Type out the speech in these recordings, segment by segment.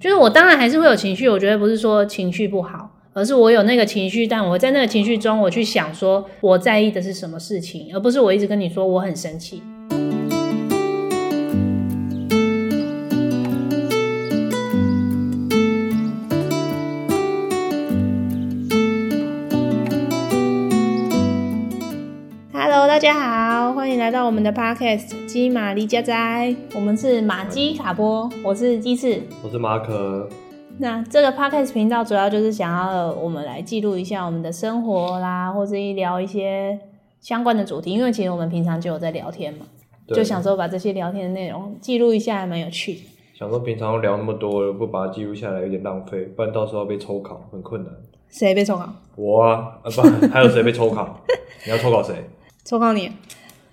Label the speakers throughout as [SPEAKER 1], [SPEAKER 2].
[SPEAKER 1] 就是我当然还是会有情绪，我觉得不是说情绪不好，而是我有那个情绪，但我在那个情绪中，我去想说我在意的是什么事情，而不是我一直跟你说我很生气。Hello，大家好，欢迎来到我们的 Podcast《鸡玛丽家宅》，我们是马基卡波，我是鸡翅，
[SPEAKER 2] 我是马可，
[SPEAKER 1] 那这个 podcast 频道主要就是想要我们来记录一下我们的生活啦，或者一聊一些相关的主题，因为其实我们平常就有在聊天嘛，
[SPEAKER 2] 对
[SPEAKER 1] 就想说把这些聊天的内容记录一下，还蛮有趣的。
[SPEAKER 2] 想说平常聊那么多，不把它记录下来有点浪费，不然到时候要被抽考很困难。
[SPEAKER 1] 谁被抽考？
[SPEAKER 2] 我啊，啊不，还有谁被抽考？你要抽考谁？
[SPEAKER 1] 抽考你。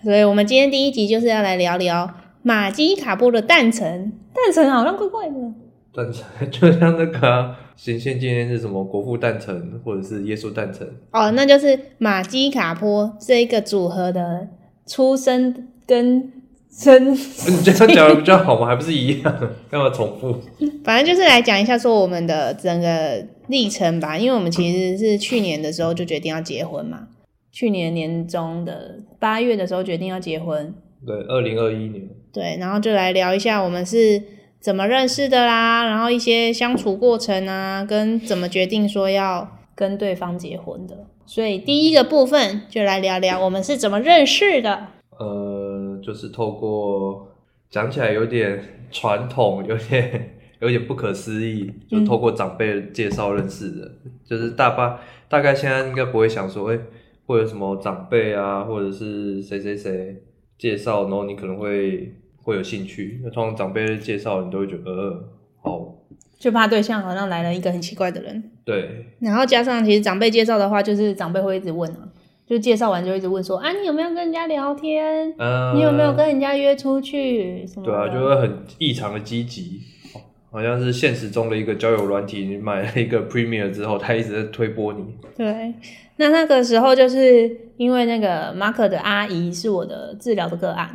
[SPEAKER 1] 所以我们今天第一集就是要来聊聊马基卡波的诞辰，诞辰好像怪怪的。
[SPEAKER 2] 诞辰 就像那个啊行宪纪念日，什么国父诞辰或者是耶稣诞辰，
[SPEAKER 1] 哦，那就是马基卡波这一个组合的出生跟生
[SPEAKER 2] 你嗯这样讲的比较好吗？还不是一样？干嘛重复？
[SPEAKER 1] 反正就是来讲一下说我们的整个历程吧，因为我们其实是去年的时候就决定要结婚嘛，去年年中的八月的时候决定要结婚，
[SPEAKER 2] 对，二零二一年，
[SPEAKER 1] 对，然后就来聊一下我们是怎么认识的啦，然后一些相处过程啊，跟怎么决定说要跟对方结婚的。所以第一个部分就来聊聊我们是怎么认识的。
[SPEAKER 2] 呃，就是透过讲起来有点传统，有点有点不可思议，
[SPEAKER 1] 嗯
[SPEAKER 2] 就透过长辈介绍认识的，就是大巴大概现在应该不会想说，哎、会有什么长辈啊，或者是谁谁谁介绍，然后你可能会会有兴趣。那通常长辈介绍，你都会觉得，呃，好，
[SPEAKER 1] 就怕对象好像来了一个很奇怪的人，
[SPEAKER 2] 对，
[SPEAKER 1] 然后加上，其实长辈介绍的话，就是长辈会一直问啊，就介绍完就一直问说啊，你有没有跟人家聊天？
[SPEAKER 2] 嗯、
[SPEAKER 1] 你有没有跟人家约出去？什么
[SPEAKER 2] 对
[SPEAKER 1] 的
[SPEAKER 2] 啊，就会很异常的积极，好像是现实中的一个交友软体。你买了 一个 Premier 之后，它一直在推波你。
[SPEAKER 1] 对。那那个时候就是因为那个马可的阿姨是我的治疗的个案，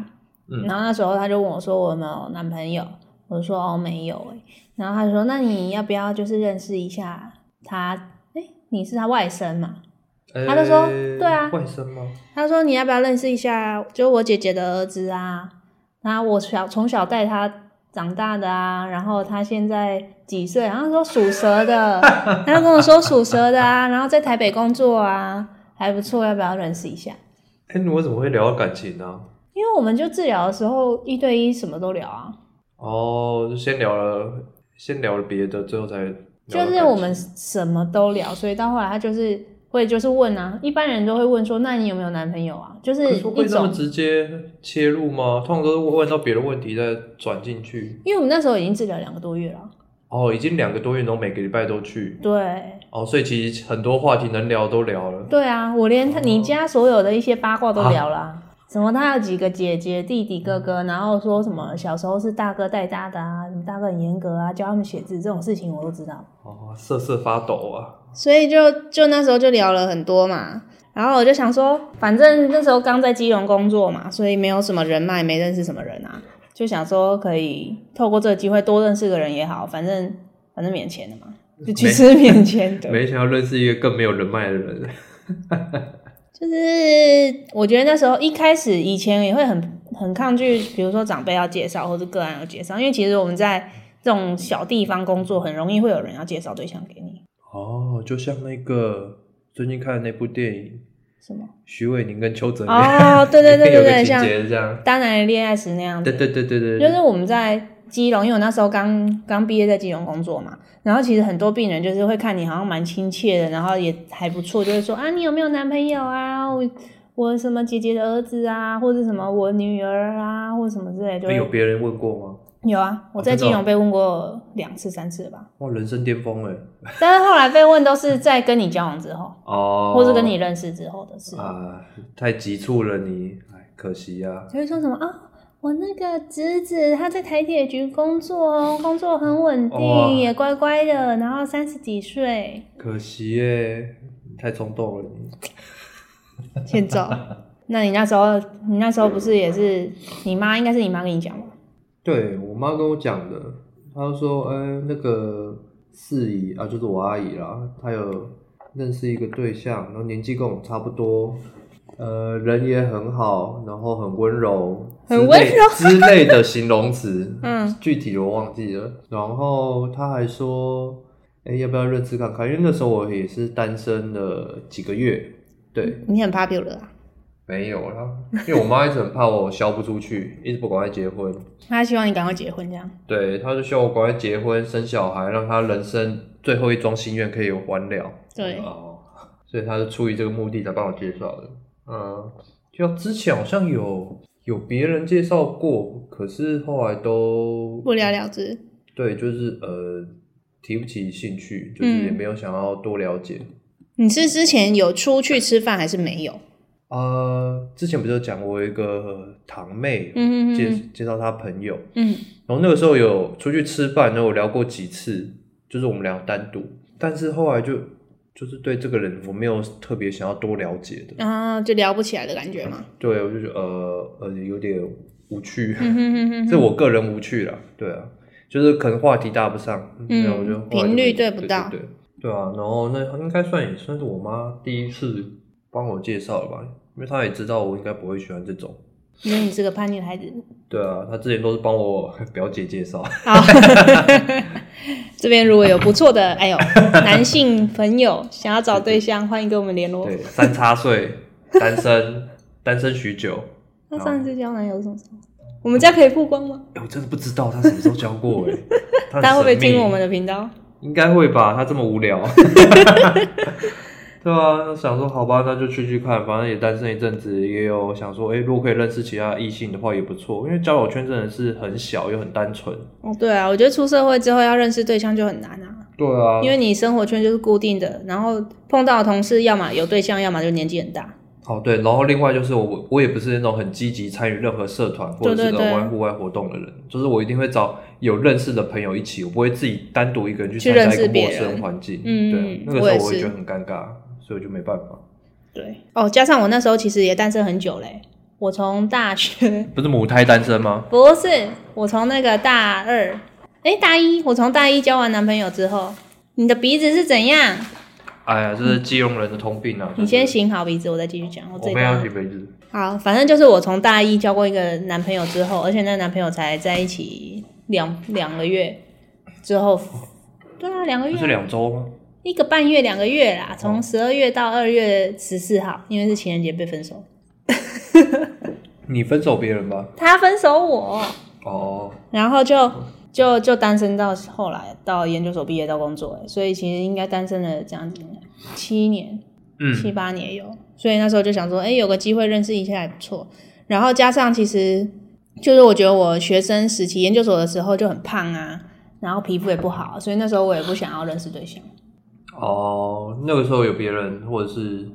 [SPEAKER 2] 嗯
[SPEAKER 1] 然后那时候他就问我说我有没有男朋友，我说哦没有欸然后他就说那你要不要就是认识一下他？哎，你是他外甥嘛？他就说
[SPEAKER 2] 呃
[SPEAKER 1] 对啊
[SPEAKER 2] 外甥吗？
[SPEAKER 1] 他说：“你要不要认识一下？就我姐姐的儿子啊，然后我小从小带他长大的啊，然后他现在几岁？然后说属蛇 的，他就跟我说属蛇的啊，然后在台北工作啊，还不错，要不要认识一下？
[SPEAKER 2] 哎、你为什么会聊到感情啊呢、
[SPEAKER 1] 因为我们就治疗的时候一对一什么都聊啊，
[SPEAKER 2] 哦，就先聊了，先聊了别的，最后才聊到
[SPEAKER 1] 就
[SPEAKER 2] 感
[SPEAKER 1] 是
[SPEAKER 2] 情
[SPEAKER 1] 我们什么都聊，所以到后来他就是会就是问啊，一般人都会问说，那你有没有男朋友啊？就是
[SPEAKER 2] 可是
[SPEAKER 1] 一
[SPEAKER 2] 会这么
[SPEAKER 1] 种。”
[SPEAKER 2] 直接切入吗？通常都是问到别的问题再转进去。
[SPEAKER 1] 因为我们那时候已经治疗两个多月了，
[SPEAKER 2] 哦，已经两个多月，然后每个礼拜都去。
[SPEAKER 1] 对，
[SPEAKER 2] 哦，所以其实很多话题能聊都聊了。
[SPEAKER 1] 对啊，我连他你家所有的一些八卦都
[SPEAKER 2] 啊
[SPEAKER 1] 聊了啊、什么他有几个姐姐、弟弟、哥哥，然后说什么小时候是大哥带大的啊，什么大哥很严格啊，教他们写字这种事情我都知道。
[SPEAKER 2] 哦，瑟瑟发抖啊。
[SPEAKER 1] 所以就就那时候就聊了很多嘛，然后我就想说，反正那时候刚在基隆工作嘛，所以没有什么人脉，没认识什么人啊，就想说可以透过这个机会多认识个人也好，反正反正免钱的嘛，就去
[SPEAKER 2] 没
[SPEAKER 1] 吃免钱 的。
[SPEAKER 2] 没想到认识一个更没有人脉的人。
[SPEAKER 1] 就是我觉得那时候一开始以前也会很很抗拒，比如说长辈要介绍或者个案要介绍，因为其实我们在这种小地方工作，很容易会有人要介绍对象给你。
[SPEAKER 2] 哦，就像那个最近看的那部电影，
[SPEAKER 1] 什么？
[SPEAKER 2] 徐伟宁跟邱泽里面
[SPEAKER 1] 哦，对 对对对
[SPEAKER 2] 有个
[SPEAKER 1] 对，
[SPEAKER 2] 情
[SPEAKER 1] 像
[SPEAKER 2] 节
[SPEAKER 1] 《
[SPEAKER 2] 是这样。
[SPEAKER 1] 当然恋爱时》那样子。
[SPEAKER 2] 对对对对对，
[SPEAKER 1] 就是我们在基隆，因为我那时候刚刚毕业在基隆工作嘛，然后其实很多病人就是会看你好像蛮亲切的，然后也还不错，就会说啊，你有没有男朋友啊？我我什么姐姐的儿子啊，或者什么我女儿啊，或什么之类，就
[SPEAKER 2] 哎
[SPEAKER 1] 会
[SPEAKER 2] 有别人问过吗？
[SPEAKER 1] 有啊，我在
[SPEAKER 2] 真的
[SPEAKER 1] 基
[SPEAKER 2] 哦
[SPEAKER 1] 隆被问过两次、三次了吧，
[SPEAKER 2] 哇，人生巅峰哎！
[SPEAKER 1] 但是后来被问都是在跟你交往之后，
[SPEAKER 2] 哦，
[SPEAKER 1] 或是跟你认识之后的事，
[SPEAKER 2] 啊，太急促了你，哎，可惜呀、
[SPEAKER 1] 就会说什么啊。我那个侄子他在台铁局工作哦，工作很稳
[SPEAKER 2] 哇
[SPEAKER 1] 定，也乖乖的，然后三十几岁，
[SPEAKER 2] 可惜耶，你太冲动了你。
[SPEAKER 1] 欠 揍。那你那时候，你那时候不是也是你妈，应该是你妈跟你讲吧？
[SPEAKER 2] 对我妈跟我讲的，他就说，呃，那个四姨啊，就是我阿姨啦，她有认识一个对象，然后年纪跟我差不多，呃，人也很好，然后很温柔，
[SPEAKER 1] 很温柔
[SPEAKER 2] 之类之类的形容词，
[SPEAKER 1] 嗯，
[SPEAKER 2] 具体的我忘记了。然后他还说，哎、要不要认识看看？因为那时候我也是单身了几个月，对，
[SPEAKER 1] 你很 popular 啊，
[SPEAKER 2] 没有啦，因为我妈一直很怕我销不出去，一直不赶快结婚。
[SPEAKER 1] 他希望你赶快结婚这样。
[SPEAKER 2] 对，他就希望我赶快结婚生小孩，让他人生最后一桩心愿可以完了。
[SPEAKER 1] 对
[SPEAKER 2] 哦，所以他是出于这个目的才帮我介绍的。嗯，就之前好像有有别人介绍过，可是后来都
[SPEAKER 1] 不了了之。
[SPEAKER 2] 对，就是呃提不起兴趣，就是也
[SPEAKER 1] 嗯
[SPEAKER 2] 没有想要多了解。
[SPEAKER 1] 你是之前有出去吃饭还是没有？
[SPEAKER 2] 啊、之前不是有讲我有一个堂妹，
[SPEAKER 1] 嗯嗯嗯
[SPEAKER 2] 介介绍她朋友，
[SPEAKER 1] 嗯
[SPEAKER 2] 然后那个时候有出去吃饭，然后有聊过几次，就是我们俩单独，但是后来就就是对这个人我没有特别想要多了解的，
[SPEAKER 1] 啊，就聊不起来的感觉嘛。
[SPEAKER 2] 对我就觉得呃呃有点无趣，
[SPEAKER 1] 嗯哼哼哼
[SPEAKER 2] 这我个人无趣啦，对啊，就是可能话题搭不上，
[SPEAKER 1] 嗯
[SPEAKER 2] 然后我就后来就
[SPEAKER 1] 频率对不
[SPEAKER 2] 对
[SPEAKER 1] 到
[SPEAKER 2] 对对对啊，然后那应该算也算是我妈第一次帮我介绍了吧，因为她也知道我应该不会喜欢这种，
[SPEAKER 1] 因为你是个叛逆的孩子。
[SPEAKER 2] 对啊，她之前都是帮我 表姐介绍，
[SPEAKER 1] 好， 这边如果有不错的，哎呦， 男性朋友想要找对象，欢迎跟我们联络。
[SPEAKER 2] 对，三叉岁， 单身，单身许久。
[SPEAKER 1] 那上一次交男友是什么时候？我们家可以曝光吗？
[SPEAKER 2] 哎、我真的不知道他什么时候交过哎、他
[SPEAKER 1] 大家
[SPEAKER 2] 很
[SPEAKER 1] 会不会
[SPEAKER 2] 神秘
[SPEAKER 1] 听我们？的频道？
[SPEAKER 2] 应该会吧，他这么 无聊。对啊，想说好吧，那就去去看，反正也单身一阵子，也有想说，哎、如果可以认识其他异性的话也不错，因为交友圈真的是很小又很单纯。
[SPEAKER 1] 哦，对啊，我觉得出社会之后要认识对象就很难啊，
[SPEAKER 2] 对啊，
[SPEAKER 1] 因为你生活圈就是固定的，然后碰到的同事要么有对象，要么就年纪很大。
[SPEAKER 2] 哦对，然后另外就是我我也不是那种很积极参与任何社团或者
[SPEAKER 1] 对
[SPEAKER 2] 是
[SPEAKER 1] 对
[SPEAKER 2] 额
[SPEAKER 1] 对
[SPEAKER 2] 外户外活动的人，就是我一定会找有认识的朋友一起，我不会自己单独一个人去
[SPEAKER 1] 去
[SPEAKER 2] 参
[SPEAKER 1] 认
[SPEAKER 2] 加一
[SPEAKER 1] 识
[SPEAKER 2] 个陌
[SPEAKER 1] 别人
[SPEAKER 2] 生环境。
[SPEAKER 1] 嗯
[SPEAKER 2] 对，那个
[SPEAKER 1] 我也
[SPEAKER 2] 时候我会
[SPEAKER 1] 是
[SPEAKER 2] 觉得很尴尬，所以我就没办法。
[SPEAKER 1] 对，哦，加上我那时候其实也单身很久嘞、我从大学
[SPEAKER 2] 不是母胎单身吗？
[SPEAKER 1] 不是，我从那个大二，哎、大一，我从大一交完男朋友之后，你的鼻子是怎样？
[SPEAKER 2] 哎呀，这是基隆人的通病啊！
[SPEAKER 1] 你先
[SPEAKER 2] 就是
[SPEAKER 1] 擤好鼻子，我再继续讲。我自
[SPEAKER 2] 我
[SPEAKER 1] 己
[SPEAKER 2] 们要
[SPEAKER 1] 刚
[SPEAKER 2] 洗杯子。
[SPEAKER 1] 好，反正就是我从大一交过一个男朋友之后，而且那男朋友才在一起两两个月之后，对啊，两个
[SPEAKER 2] 不是
[SPEAKER 1] 月啊，
[SPEAKER 2] 两周吗？
[SPEAKER 1] 一个半月，两个月啦，从十二月到二月十四号，因为是情人节被分手，
[SPEAKER 2] 你分手别人吧？
[SPEAKER 1] 他分手我，
[SPEAKER 2] 哦，
[SPEAKER 1] 然后就就就单身到后来到研究所毕业到工作，所以其实应该单身了将近七年，七
[SPEAKER 2] 嗯，
[SPEAKER 1] 八年有，所以那时候就想说，哎、有个机会认识一下也不错。然后加上其实就是我觉得我学生时期研究所的时候就很胖啊，然后皮肤也不好，啊所以那时候我也不想要认识对象。
[SPEAKER 2] 哦，那个时候有别人或者是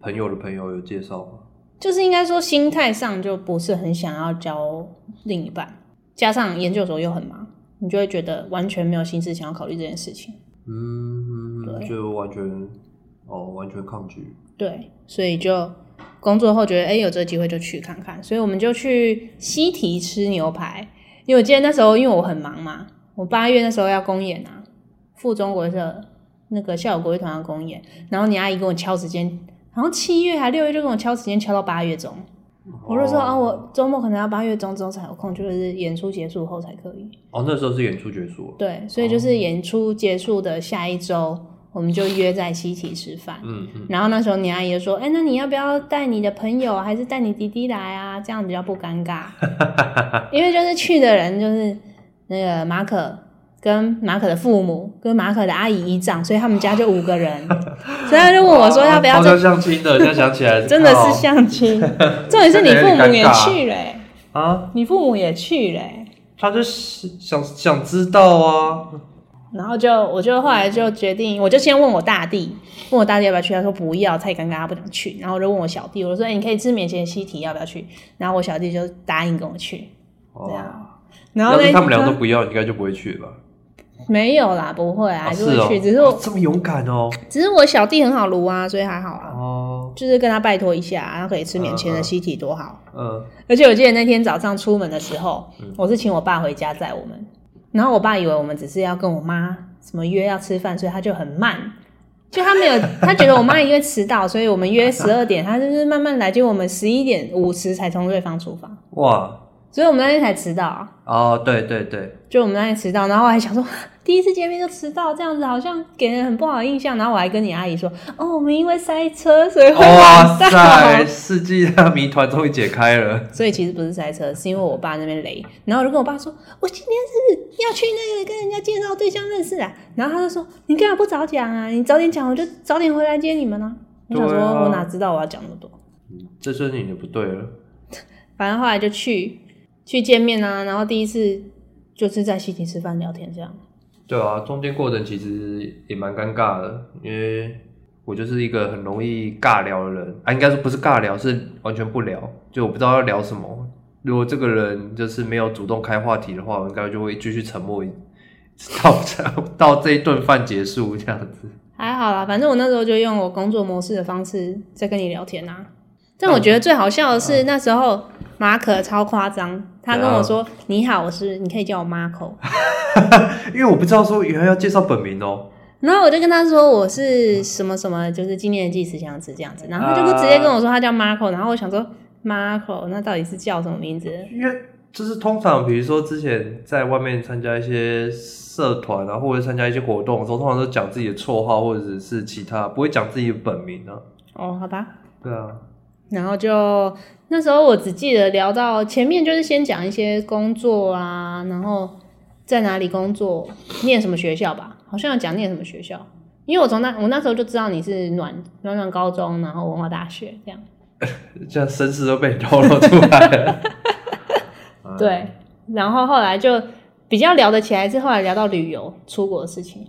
[SPEAKER 2] 朋友的朋友有介绍吗？
[SPEAKER 1] 就是应该说心态上就不是很想要交另一半，加上研究所又很忙，你就会觉得完全没有心思想要考虑这件事情。
[SPEAKER 2] 嗯，
[SPEAKER 1] 对
[SPEAKER 2] 就完全哦，完全抗拒。
[SPEAKER 1] 对，所以就工作后觉得，哎、有这个机会就去看看，所以我们就去西提吃牛排。因为我记得那时候，因为我很忙嘛，我八月那时候要公演啊，赴中国社那个校友国乐团要公演，然后你阿姨跟我敲时间，好像七月还六月就跟我敲时间，敲到八月中。我就说
[SPEAKER 2] 哦
[SPEAKER 1] 啊、我周末可能要八月中之后才有空，就是演出结束后才可以。
[SPEAKER 2] 哦，那时候是演出结束了。
[SPEAKER 1] 对，所以就是演出结束的下一周，我们就约在西提吃饭。
[SPEAKER 2] 嗯嗯，
[SPEAKER 1] 然后那时候你阿姨就说：“哎、那你要不要带你的朋友，还是带你弟弟来啊？这样比较不尴尬。因为就是去的人就是那个马可跟马可的父母跟马可的阿姨姨丈，所以他们家就五个人。所以他就问我说要不要
[SPEAKER 2] 好
[SPEAKER 1] 这
[SPEAKER 2] 像哦相亲的，现在想起 来
[SPEAKER 1] 真的
[SPEAKER 2] 靠
[SPEAKER 1] 是相亲。重点是你父母也去了、欸
[SPEAKER 2] 啊，
[SPEAKER 1] 你父母也去了、欸
[SPEAKER 2] 他就是想想知道啊。
[SPEAKER 1] 然后就我就后来就决定，我就先问我大弟，问我大弟要不要去，他说不要，太尴尬，他不想去。然后我就问我小弟，我说：“哎、你可以吃免钱西提，要不要去？”然后我小弟就答应跟我去，这
[SPEAKER 2] 哦，
[SPEAKER 1] 样。啊然后
[SPEAKER 2] 要
[SPEAKER 1] 呢，
[SPEAKER 2] 是他们俩都不要，你应该就不会去了吧？
[SPEAKER 1] 没有啦，不会啊，
[SPEAKER 2] 啊
[SPEAKER 1] 还
[SPEAKER 2] 是
[SPEAKER 1] 是会
[SPEAKER 2] 哦
[SPEAKER 1] 去，，只是我、啊
[SPEAKER 2] 哦这么勇敢哦。
[SPEAKER 1] 只是我小弟很好撸啊，所以还好啊，
[SPEAKER 2] 哦，
[SPEAKER 1] 就是跟他拜托一下，然后可以吃免钱
[SPEAKER 2] 嗯
[SPEAKER 1] 的
[SPEAKER 2] 嗯
[SPEAKER 1] 西提多好。
[SPEAKER 2] 嗯，
[SPEAKER 1] 而且我记得那天早上出门的时候，我是请我爸回家载我们，然后我爸以为我们只是要跟我妈什么约要吃饭，所以他就很慢，就他没 有，他觉得我妈因为迟到，所以我们约十二点，他就是慢慢来，结果我们十一点五十才从瑞芳出发，
[SPEAKER 2] 哇，
[SPEAKER 1] 所以我们那天才迟到啊。
[SPEAKER 2] 哦，对 对对，
[SPEAKER 1] 就我们那里迟到，然后我还想说， 第一次见面就迟到，这样子好像给人很不好的印象。然后我还跟你阿姨说，哦，我们因为塞车，所以会
[SPEAKER 2] 哇
[SPEAKER 1] 晚到。
[SPEAKER 2] 塞，世纪大谜团终于解开了，
[SPEAKER 1] 所以其实不是塞车，是因为我爸那边雷。然后我就跟我爸说，我今天是要去那个跟人家介绍对象认识啊。然后他就说，你干嘛不早讲啊？你早点讲，我就早点回来接你们呢、我想说，
[SPEAKER 2] 对啊
[SPEAKER 1] 我哪知道我要讲那么多。
[SPEAKER 2] 这就是你的不对了。
[SPEAKER 1] 反正后来就去去见面啊，然后第一次就是在西芹吃饭聊天这样。
[SPEAKER 2] 对啊，中间过程其实也蛮尴尬的，因为我就是一个很容易尬聊的人啊，应该说不是尬聊，是完全不聊，就我不知道要聊什么。如果这个人就是没有主动开话题的话，我应该就会继续沉默一， 到这到这一顿饭结束这样子。
[SPEAKER 1] 还好啦，反正我那时候就用我工作模式的方式在跟你聊天啊。但我觉得最好笑的
[SPEAKER 2] 嗯
[SPEAKER 1] 是、那时候马可超夸张，他跟
[SPEAKER 2] 啊
[SPEAKER 1] 我说：“你好，我是你可以叫我 Marco。
[SPEAKER 2] 因为我不知道说原来要介绍本名哦、”
[SPEAKER 1] 然后我就跟他说我是什么什么，就是今年的祭司相子这样子。然后他就
[SPEAKER 2] 啊
[SPEAKER 1] 直接跟我说他叫 Marco，然后我想说 Marco 那到底是叫什么名字？
[SPEAKER 2] 因为就是通常比如说之前在外面参加一些社团啊，或者参加一些活动的时候，通常都讲自己的绰号或者是其他，不会讲自己的本名啊。
[SPEAKER 1] 哦，好吧。
[SPEAKER 2] 对啊，
[SPEAKER 1] 然后就那时候我只记得聊到前面，就是先讲一些工作啊，然后在哪里工作，念什么学校吧，好像有讲念什么学校，因为我从那我那时候就知道你是暖暖暖高中，然后文化大学这样，
[SPEAKER 2] 这样身世都被你透露出来 了。嗯
[SPEAKER 1] 对，然后后来就比较聊得起来，是后来聊到旅游出国的事情，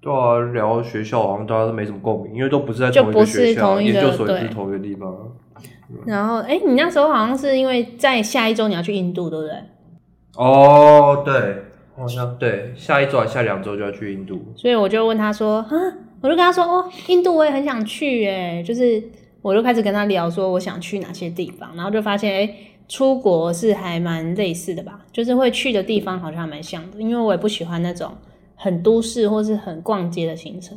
[SPEAKER 2] 对啊，聊学校好像大家都没什么共鸣，因为都不是在
[SPEAKER 1] 就
[SPEAKER 2] 同一个
[SPEAKER 1] 不是
[SPEAKER 2] 学校，
[SPEAKER 1] 同一个
[SPEAKER 2] 研究所也不
[SPEAKER 1] 对
[SPEAKER 2] 是同一个地方。
[SPEAKER 1] 然后哎、诶你那时候好像是因为在下一周你要去印度，对不对？
[SPEAKER 2] 哦，对，好像对，下一周啊还下两周就要去印度。
[SPEAKER 1] 所以我就问他说啊，我就跟他说哦，印度我也很想去诶，就是我就开始跟他聊说我想去哪些地方，然后就发现诶，出国是还蛮类似的吧，就是会去的地方好像还蛮像的，因为我也不喜欢那种很都市或是很逛街的行程，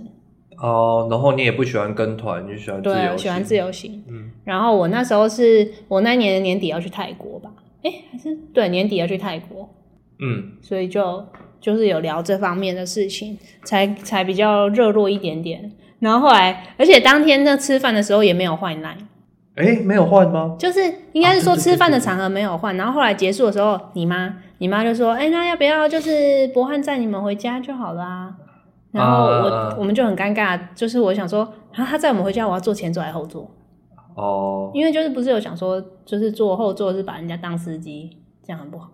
[SPEAKER 2] 哦，然后你也不喜欢跟团，你喜欢自
[SPEAKER 1] 对
[SPEAKER 2] 由
[SPEAKER 1] 啊，
[SPEAKER 2] 行，
[SPEAKER 1] 我喜欢自由行。
[SPEAKER 2] 嗯，
[SPEAKER 1] 然后我那时候是我那年的年底要去泰国吧，诶，还是对年底要去泰国，
[SPEAKER 2] 嗯，
[SPEAKER 1] 所以就就是有聊这方面的事情，才才比较热络一点点。然后后来，而且当天那吃饭的时候也没有换 line，
[SPEAKER 2] 哎，没有换吗？
[SPEAKER 1] 就是应该是
[SPEAKER 2] 啊
[SPEAKER 1] 说
[SPEAKER 2] 对对对
[SPEAKER 1] 吃饭的场合没有换。然后后来结束的时候，你妈你妈就说：“哎、那要不要就是博汉载你们回家就好了啊？”然后我、
[SPEAKER 2] 啊啊啊
[SPEAKER 1] 我们就很尴尬，就是我想说啊，他载我们回家，我要坐前座还是后座？
[SPEAKER 2] 哦，
[SPEAKER 1] 因为就是不是有想说，就是坐后座是把人家当司机，这样很不好。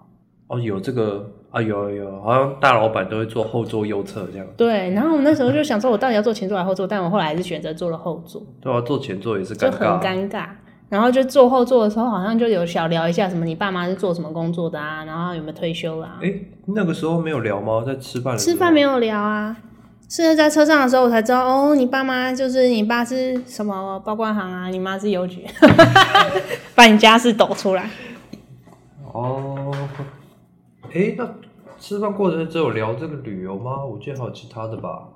[SPEAKER 2] 哦，有这个啊，有有，好像大老板都会坐后座右侧这样。
[SPEAKER 1] 对，然后我那时候就想说，我到底要坐前座还是后座？但我后来还是选择坐了后座，
[SPEAKER 2] 对啊，坐前座也是
[SPEAKER 1] 就
[SPEAKER 2] 尴
[SPEAKER 1] 很
[SPEAKER 2] 尬。
[SPEAKER 1] 尴尬。然后就坐后座的时候，好像就有小聊一下，什么你爸妈是做什么工作的啊，然后有没有退休啦、
[SPEAKER 2] 哎，那个时候没有聊吗？在吃饭的时
[SPEAKER 1] 吃
[SPEAKER 2] 候？
[SPEAKER 1] 饭没有聊啊，是在车上的时候我才知道，哦，你爸妈就是你爸是什么报关行啊，你妈是邮局， 把你家事抖出来。
[SPEAKER 2] 哦，诶，那吃饭过程只有聊这个旅游吗？我记得还有其他的吧？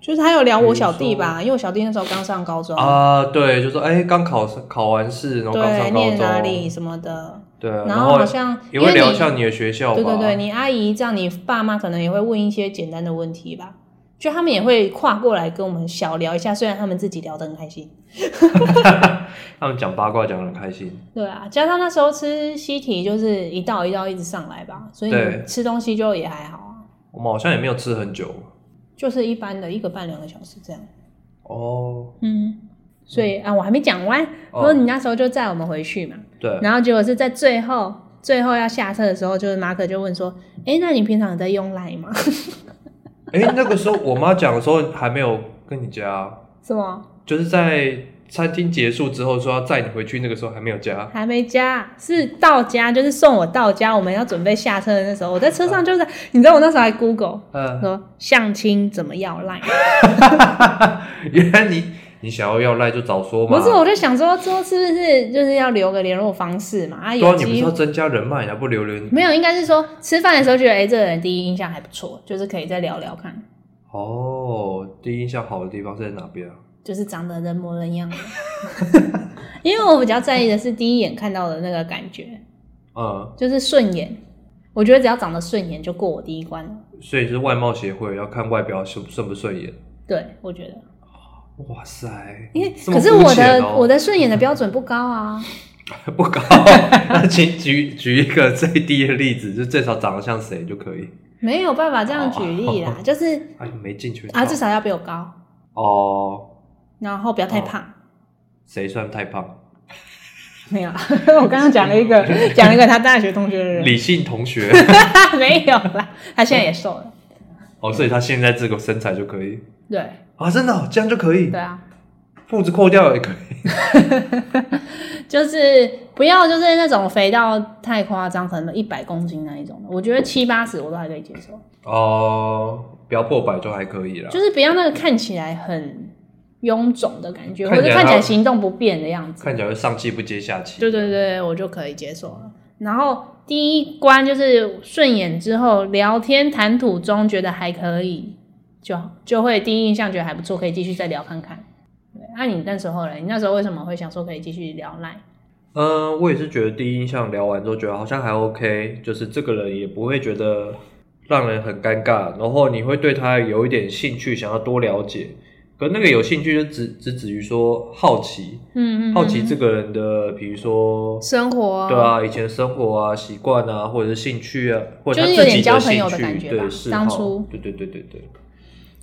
[SPEAKER 1] 就是他有聊我小弟吧，因为我小弟那时候刚上高中，
[SPEAKER 2] 嗯啊，对，就说诶，刚考上考完试，然后刚
[SPEAKER 1] 对，
[SPEAKER 2] 上高
[SPEAKER 1] 念
[SPEAKER 2] 中，
[SPEAKER 1] 哪里什么的，
[SPEAKER 2] 对啊，
[SPEAKER 1] 然
[SPEAKER 2] 然
[SPEAKER 1] 后好像
[SPEAKER 2] 也
[SPEAKER 1] 因为
[SPEAKER 2] 会聊
[SPEAKER 1] 你
[SPEAKER 2] 一下你的学校吧？
[SPEAKER 1] 对对对，，你阿姨这样，你爸妈可能也会问一些简单的问题吧，就他们也会跨过来跟我们小聊一下，虽然他们自己聊得很开心。
[SPEAKER 2] 他们讲八卦讲得很开心。
[SPEAKER 1] 对啊，加上那时候吃西提就是一道一道一直上来吧，所以
[SPEAKER 2] 对
[SPEAKER 1] 你吃东西就也还好啊，
[SPEAKER 2] 我们好像也没有吃很久
[SPEAKER 1] 就是一般的一个半两个小时这样。
[SPEAKER 2] 哦，
[SPEAKER 1] 嗯，所以啊，我还没讲完，然
[SPEAKER 2] 哦
[SPEAKER 1] 后你那时候就载我们回去嘛，
[SPEAKER 2] 对，
[SPEAKER 1] 然后结果是在最后最后要下车的时候，就是马可就问说：“哎，那你平常有在用 Line 吗？
[SPEAKER 2] 诶，哎那个时候我妈讲的时候还没有跟你加，
[SPEAKER 1] 什么
[SPEAKER 2] 就是在餐厅结束之后说要载你回去，那个时候还没有加。
[SPEAKER 1] 还没加？是到家，就是送我到家，我们要准备下车的那时候，我在车上就是，你知道我那时候还 Google
[SPEAKER 2] 嗯，
[SPEAKER 1] 说相亲怎么要 Line。”
[SPEAKER 2] 原来你你想要要赖就早说嘛。
[SPEAKER 1] 不是，我就想说，之后是不是就是要留个联络方式嘛？啊，
[SPEAKER 2] 对啊
[SPEAKER 1] 有，
[SPEAKER 2] 你不是
[SPEAKER 1] 机
[SPEAKER 2] 要增加人脉，你还不留人？
[SPEAKER 1] 没有，应该是说吃饭的时候觉得，哎、这个人第一印象还不错，就是可以再聊聊看，
[SPEAKER 2] 哦，第一印象好的地方是在哪边啊？
[SPEAKER 1] 就是长得人模人 样的。因为我比较在意的是第一眼看到的那个感觉，
[SPEAKER 2] 嗯，
[SPEAKER 1] 就是顺眼。我觉得只要长得顺眼就过我第一关了。
[SPEAKER 2] 所以是外貌协会要看外表顺顺不顺眼。
[SPEAKER 1] 对，我觉得，
[SPEAKER 2] 哇塞，
[SPEAKER 1] 因为、
[SPEAKER 2] 嗯这么
[SPEAKER 1] 可是
[SPEAKER 2] 肤
[SPEAKER 1] 我
[SPEAKER 2] 浅
[SPEAKER 1] 的
[SPEAKER 2] 哦
[SPEAKER 1] 我的顺眼的标准不高啊。
[SPEAKER 2] 不高， 那请举举一个最低的例子，就最少长得像谁就可以。
[SPEAKER 1] 没有办法这样举例啦，就是
[SPEAKER 2] 哎，没进去
[SPEAKER 1] 啊，至少要比我高，
[SPEAKER 2] 哦，
[SPEAKER 1] 然后不要太胖。
[SPEAKER 2] 谁算太胖？
[SPEAKER 1] 没有啦，啊 我刚刚讲了一个， 讲了一个他大学同学的人，
[SPEAKER 2] 理性同学
[SPEAKER 1] 没有啦，他现在也瘦了。
[SPEAKER 2] 哦，所以他现在这个身材就可以
[SPEAKER 1] 对
[SPEAKER 2] 啊，真的哦、这样就可以
[SPEAKER 1] 对，啊，
[SPEAKER 2] 裤子扣掉也可以。
[SPEAKER 1] 就是不要就是那种肥到太夸张，可能一百公斤那一种的，我觉得七八十我都还可以接受，
[SPEAKER 2] 哦，不要破百就还可以啦。
[SPEAKER 1] 就是不要那个看起来很臃肿的感觉，或
[SPEAKER 2] 看起来
[SPEAKER 1] 者看起
[SPEAKER 2] 他
[SPEAKER 1] 来行动不便的样子。
[SPEAKER 2] 看起来会上气不接下气。
[SPEAKER 1] 对对对，我就可以接受了。然后第一关就是顺眼之后，聊天谈吐中觉得还可以，就就会第一印象觉得还不错，可以继续再聊看看。对，那、你那时候嘞？你那时候为什么会想说可以继续聊赖？
[SPEAKER 2] 嗯，我也是觉得第一印象聊完之后觉得好像还 OK，就是这个人也不会觉得让人很尴尬，然后你会对他有一点兴趣，想要多了解。可那个有兴趣就只只止于说好奇，
[SPEAKER 1] 嗯嗯，
[SPEAKER 2] 好奇这个人的，比如说，
[SPEAKER 1] 生活，
[SPEAKER 2] 对，啊，以前的生活啊、习惯啊，或者是兴趣啊，或者
[SPEAKER 1] 哦就是
[SPEAKER 2] 他
[SPEAKER 1] 有
[SPEAKER 2] 自
[SPEAKER 1] 点
[SPEAKER 2] 己
[SPEAKER 1] 交朋
[SPEAKER 2] 兴
[SPEAKER 1] 友的感
[SPEAKER 2] 趣，
[SPEAKER 1] 觉吧
[SPEAKER 2] 对，嗜
[SPEAKER 1] 当
[SPEAKER 2] 好
[SPEAKER 1] 初，
[SPEAKER 2] 对对对对对，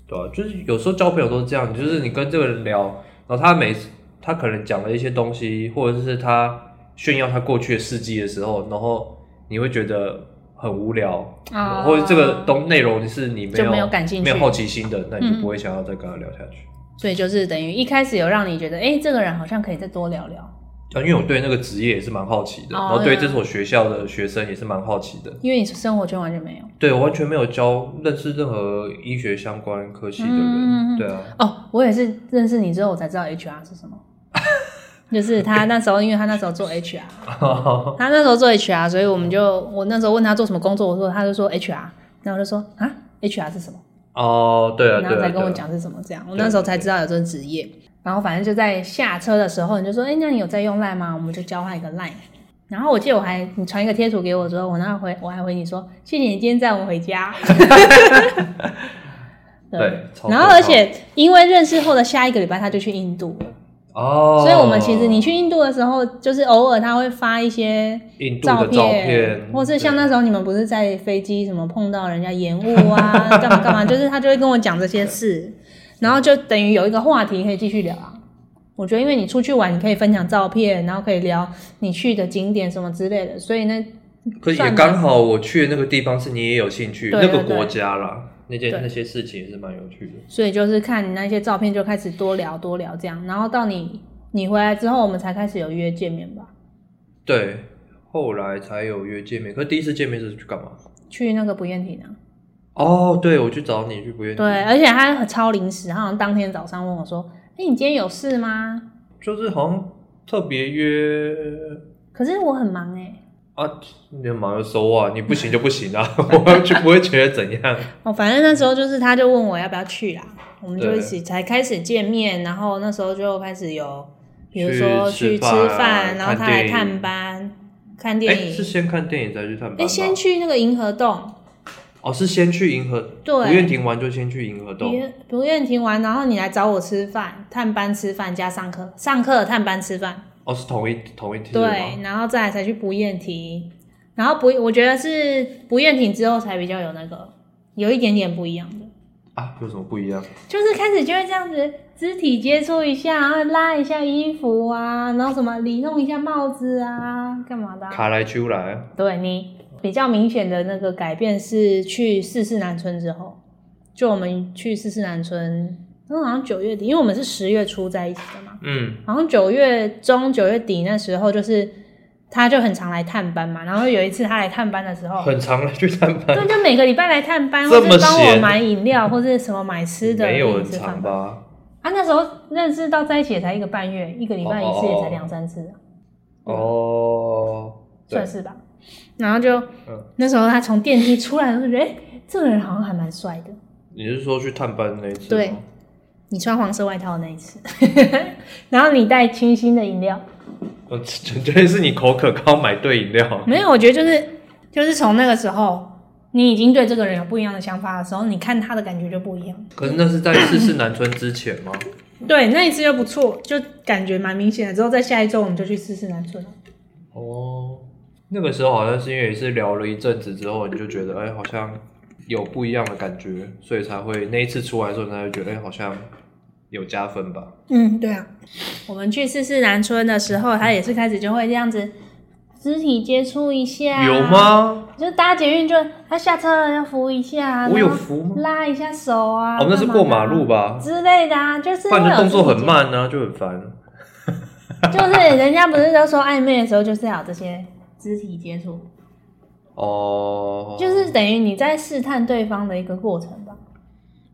[SPEAKER 2] 对啊，就是有时候交朋友都是这样，就是你跟这个人聊，然后他每次他可能讲了一些东西，或者是他炫耀他过去的事迹的时候，然后你会觉得很无聊，
[SPEAKER 1] 啊、
[SPEAKER 2] 或者这个东内容是你没
[SPEAKER 1] 就
[SPEAKER 2] 有
[SPEAKER 1] 没有感兴趣
[SPEAKER 2] 没有好奇心的，那你
[SPEAKER 1] 嗯
[SPEAKER 2] 就不会想要再跟他聊下去。
[SPEAKER 1] 所以就是等于一开始有让你觉得，哎、这个人好像可以再多聊聊，
[SPEAKER 2] 啊，因为我对那个职业也是蛮好奇的，
[SPEAKER 1] 哦
[SPEAKER 2] 然后对
[SPEAKER 1] 对啊
[SPEAKER 2] 这所学校的学生也是蛮好奇的。
[SPEAKER 1] 因为你生活圈完全没有。
[SPEAKER 2] 对，我完全没有教认识任何医学相关科系的人。
[SPEAKER 1] 嗯嗯嗯
[SPEAKER 2] 对啊，
[SPEAKER 1] 哦，我也是认识你之后，我才知道 HR 是什么。 就是他那时候，因为他那时候做 HR，他
[SPEAKER 2] 哦
[SPEAKER 1] 那时候做 HR，所以我们就我那时候问他做什么工作，我说他就说 HR，然后我就说啊 HR 是什么，
[SPEAKER 2] 哦，对啊，
[SPEAKER 1] 然后
[SPEAKER 2] 对啊，
[SPEAKER 1] 才跟我
[SPEAKER 2] 对啊
[SPEAKER 1] 讲是什么这样，我
[SPEAKER 2] 对啊
[SPEAKER 1] 那时候才知道有这个职业。然后反正就在下车的时候，你就说，哎、那你有在用 Line 吗？我们就交换一个 Line。然后我记得我还你传一个贴图给我之后，我那回我还回你说谢谢你今天载我回 家。
[SPEAKER 2] 对超
[SPEAKER 1] 然后
[SPEAKER 2] 可
[SPEAKER 1] 而
[SPEAKER 2] 靠
[SPEAKER 1] 且因为认识后的下一个礼拜他就去印度了。
[SPEAKER 2] 哦，
[SPEAKER 1] 所以，我们其实你去印度的时候，就是偶尔他会发一些
[SPEAKER 2] 印度
[SPEAKER 1] 照
[SPEAKER 2] 的
[SPEAKER 1] 片，
[SPEAKER 2] 照片，
[SPEAKER 1] 或是像那
[SPEAKER 2] 对
[SPEAKER 1] 时候你们不是在飞机什么碰到人家延误啊， 干嘛干嘛，就是他就会跟我讲这些事，然后就等于有一个话题可以继续聊啊。我觉得，因为你出去玩，你可以分享照片，然后可以聊你去的景点什么之类的，所以呢，
[SPEAKER 2] 可是也
[SPEAKER 1] 算
[SPEAKER 2] 刚好我去的那个地方是你也有兴趣，
[SPEAKER 1] 对对
[SPEAKER 2] 那个
[SPEAKER 1] 对
[SPEAKER 2] 国家啦，那件
[SPEAKER 1] 对
[SPEAKER 2] 那些事情也是蛮有趣的。
[SPEAKER 1] 所以就是看你那些照片就开始多聊多聊这样，然后到你你回来之后，我们才开始有约见面吧，
[SPEAKER 2] 对，后来才有约见面，可是第一次见面是去干嘛？
[SPEAKER 1] 去那个不愿亭啊。
[SPEAKER 2] 哦，对，我去找你去不愿
[SPEAKER 1] 对，而且他很超临时，他好像当天早上问我说：“哎、你今天有事吗
[SPEAKER 2] 就是好像特别约？”
[SPEAKER 1] 可是我很忙哎、
[SPEAKER 2] 啊，你的忙就收啊，你不行就不行啊， 我就不会觉得怎样。
[SPEAKER 1] 哦，反正那时候就是他就问我要不要去啦，我们就
[SPEAKER 2] 对
[SPEAKER 1] 一起才开始见面，然后那时候就开始有，比如
[SPEAKER 2] 去
[SPEAKER 1] 说
[SPEAKER 2] 吃
[SPEAKER 1] 去吃
[SPEAKER 2] 饭啊
[SPEAKER 1] 饭，然后
[SPEAKER 2] 看
[SPEAKER 1] 他来
[SPEAKER 2] 电
[SPEAKER 1] 探
[SPEAKER 2] 影
[SPEAKER 1] 班、看
[SPEAKER 2] 哎、
[SPEAKER 1] 电
[SPEAKER 2] 是
[SPEAKER 1] 影。
[SPEAKER 2] 先看电影再去探班
[SPEAKER 1] 哎、
[SPEAKER 2] 吧？
[SPEAKER 1] 先去那个银河洞，
[SPEAKER 2] 哦，是先去银河，
[SPEAKER 1] 对
[SPEAKER 2] 不愿停完就先去银河
[SPEAKER 1] 不
[SPEAKER 2] 洞。
[SPEAKER 1] 愿不愿听完，然后你来找我吃饭，探班吃饭加上课，上课探班吃饭。
[SPEAKER 2] 哦，是同一同一天
[SPEAKER 1] 对，然后再来才去不厌亭，然后不，我觉得是不厌亭之后才比较有那个，有一点点不一样的，
[SPEAKER 2] 啊，有什么不一样？
[SPEAKER 1] 就是开始就会这样子肢体接触一下，然后拉一下衣服啊，然后什么理弄一下帽子啊，干嘛的啊、
[SPEAKER 2] 卡来秋来，
[SPEAKER 1] 对你比较明显的那个改变是去四四南村之后，就我们去四四南村，那好像九月底，因为我们是十月初在一起的嘛，
[SPEAKER 2] 嗯，
[SPEAKER 1] 好像九月中、九月底那时候，就是他就很常来探班嘛。然后有一次他来探班的时候，
[SPEAKER 2] 很常去探班，
[SPEAKER 1] 对，就每个礼拜来探班，
[SPEAKER 2] 这
[SPEAKER 1] 或
[SPEAKER 2] 么
[SPEAKER 1] 是帮我
[SPEAKER 2] 闲
[SPEAKER 1] 买饮料或是什么买吃的，
[SPEAKER 2] 没有
[SPEAKER 1] 一
[SPEAKER 2] 很
[SPEAKER 1] 起吃
[SPEAKER 2] 长
[SPEAKER 1] 饭
[SPEAKER 2] 吧？
[SPEAKER 1] 啊，那时候认识到在一起也才一个半月，一个礼拜一次也
[SPEAKER 2] 哦
[SPEAKER 1] 才两三次啊、
[SPEAKER 2] 哦，对
[SPEAKER 1] 嗯算是吧。然后就、
[SPEAKER 2] 嗯
[SPEAKER 1] 那时候他从电梯出来，我就觉得哎、诶这个人好像还蛮帅的。
[SPEAKER 2] 你是说去探班那一次？
[SPEAKER 1] 对，你穿黄色外套的那一次， 然后你带清新的饮料，
[SPEAKER 2] 呃，纯粹是你口渴刚好买对饮料。
[SPEAKER 1] 没有，我觉得就是就是从那个时候，你已经对这个人有不一样的想法的时候，你看他的感觉就不一样。
[SPEAKER 2] 可是那是在世事难春之前吗？
[SPEAKER 1] 对，那一次就不错，就感觉蛮明显的。之后在下一周我们就去试试南村了。
[SPEAKER 2] 哦，那个时候好像是因为也是聊了一阵子之后，你就觉得哎、好像有不一样的感觉，所以才会那一次出来的时候，你才会觉得哎、好像有加分吧。
[SPEAKER 1] 嗯，对啊，我们去试试南村的时候，他也是开始就会这样子肢体接触一下，啊
[SPEAKER 2] 有？吗？
[SPEAKER 1] 就是搭捷运就他下车了要扶一下，啊
[SPEAKER 2] 我有
[SPEAKER 1] 然后
[SPEAKER 2] 扶吗？
[SPEAKER 1] 拉一下手啊，
[SPEAKER 2] 哦，那是
[SPEAKER 1] 干嘛的
[SPEAKER 2] 过马路
[SPEAKER 1] 啊？
[SPEAKER 2] 吧
[SPEAKER 1] 之类的啊，就是
[SPEAKER 2] 不然
[SPEAKER 1] 会
[SPEAKER 2] 就
[SPEAKER 1] 有
[SPEAKER 2] 动作很
[SPEAKER 1] 肢体接
[SPEAKER 2] 慢呢、就很烦。
[SPEAKER 1] 触，就是人家不是都说暧昧的时候就是要有这些肢体接触，
[SPEAKER 2] 哦，
[SPEAKER 1] 就是等于你在试探对方的一个过程吧。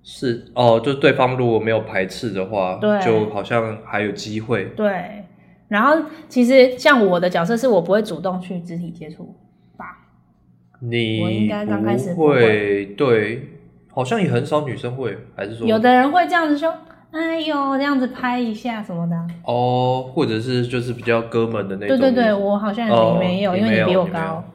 [SPEAKER 2] 是哦，就对方如果没有排斥的话，
[SPEAKER 1] 对
[SPEAKER 2] 就好像还有机会。
[SPEAKER 1] 对，然后其实像我的角色是我不会主动去肢体接触吧，我应
[SPEAKER 2] 你
[SPEAKER 1] 该刚开始
[SPEAKER 2] 不
[SPEAKER 1] 不
[SPEAKER 2] 会对，好像也很少女生会，还是说
[SPEAKER 1] 有的人会这样子说，哎呦这样子拍一下什么的啊。
[SPEAKER 2] 哦，或者是就是比较哥们的那
[SPEAKER 1] 对
[SPEAKER 2] 种。
[SPEAKER 1] 对对，我好像也没有，
[SPEAKER 2] 哦
[SPEAKER 1] 因为
[SPEAKER 2] 没
[SPEAKER 1] 你
[SPEAKER 2] 有
[SPEAKER 1] 比我
[SPEAKER 2] 你没有
[SPEAKER 1] 高。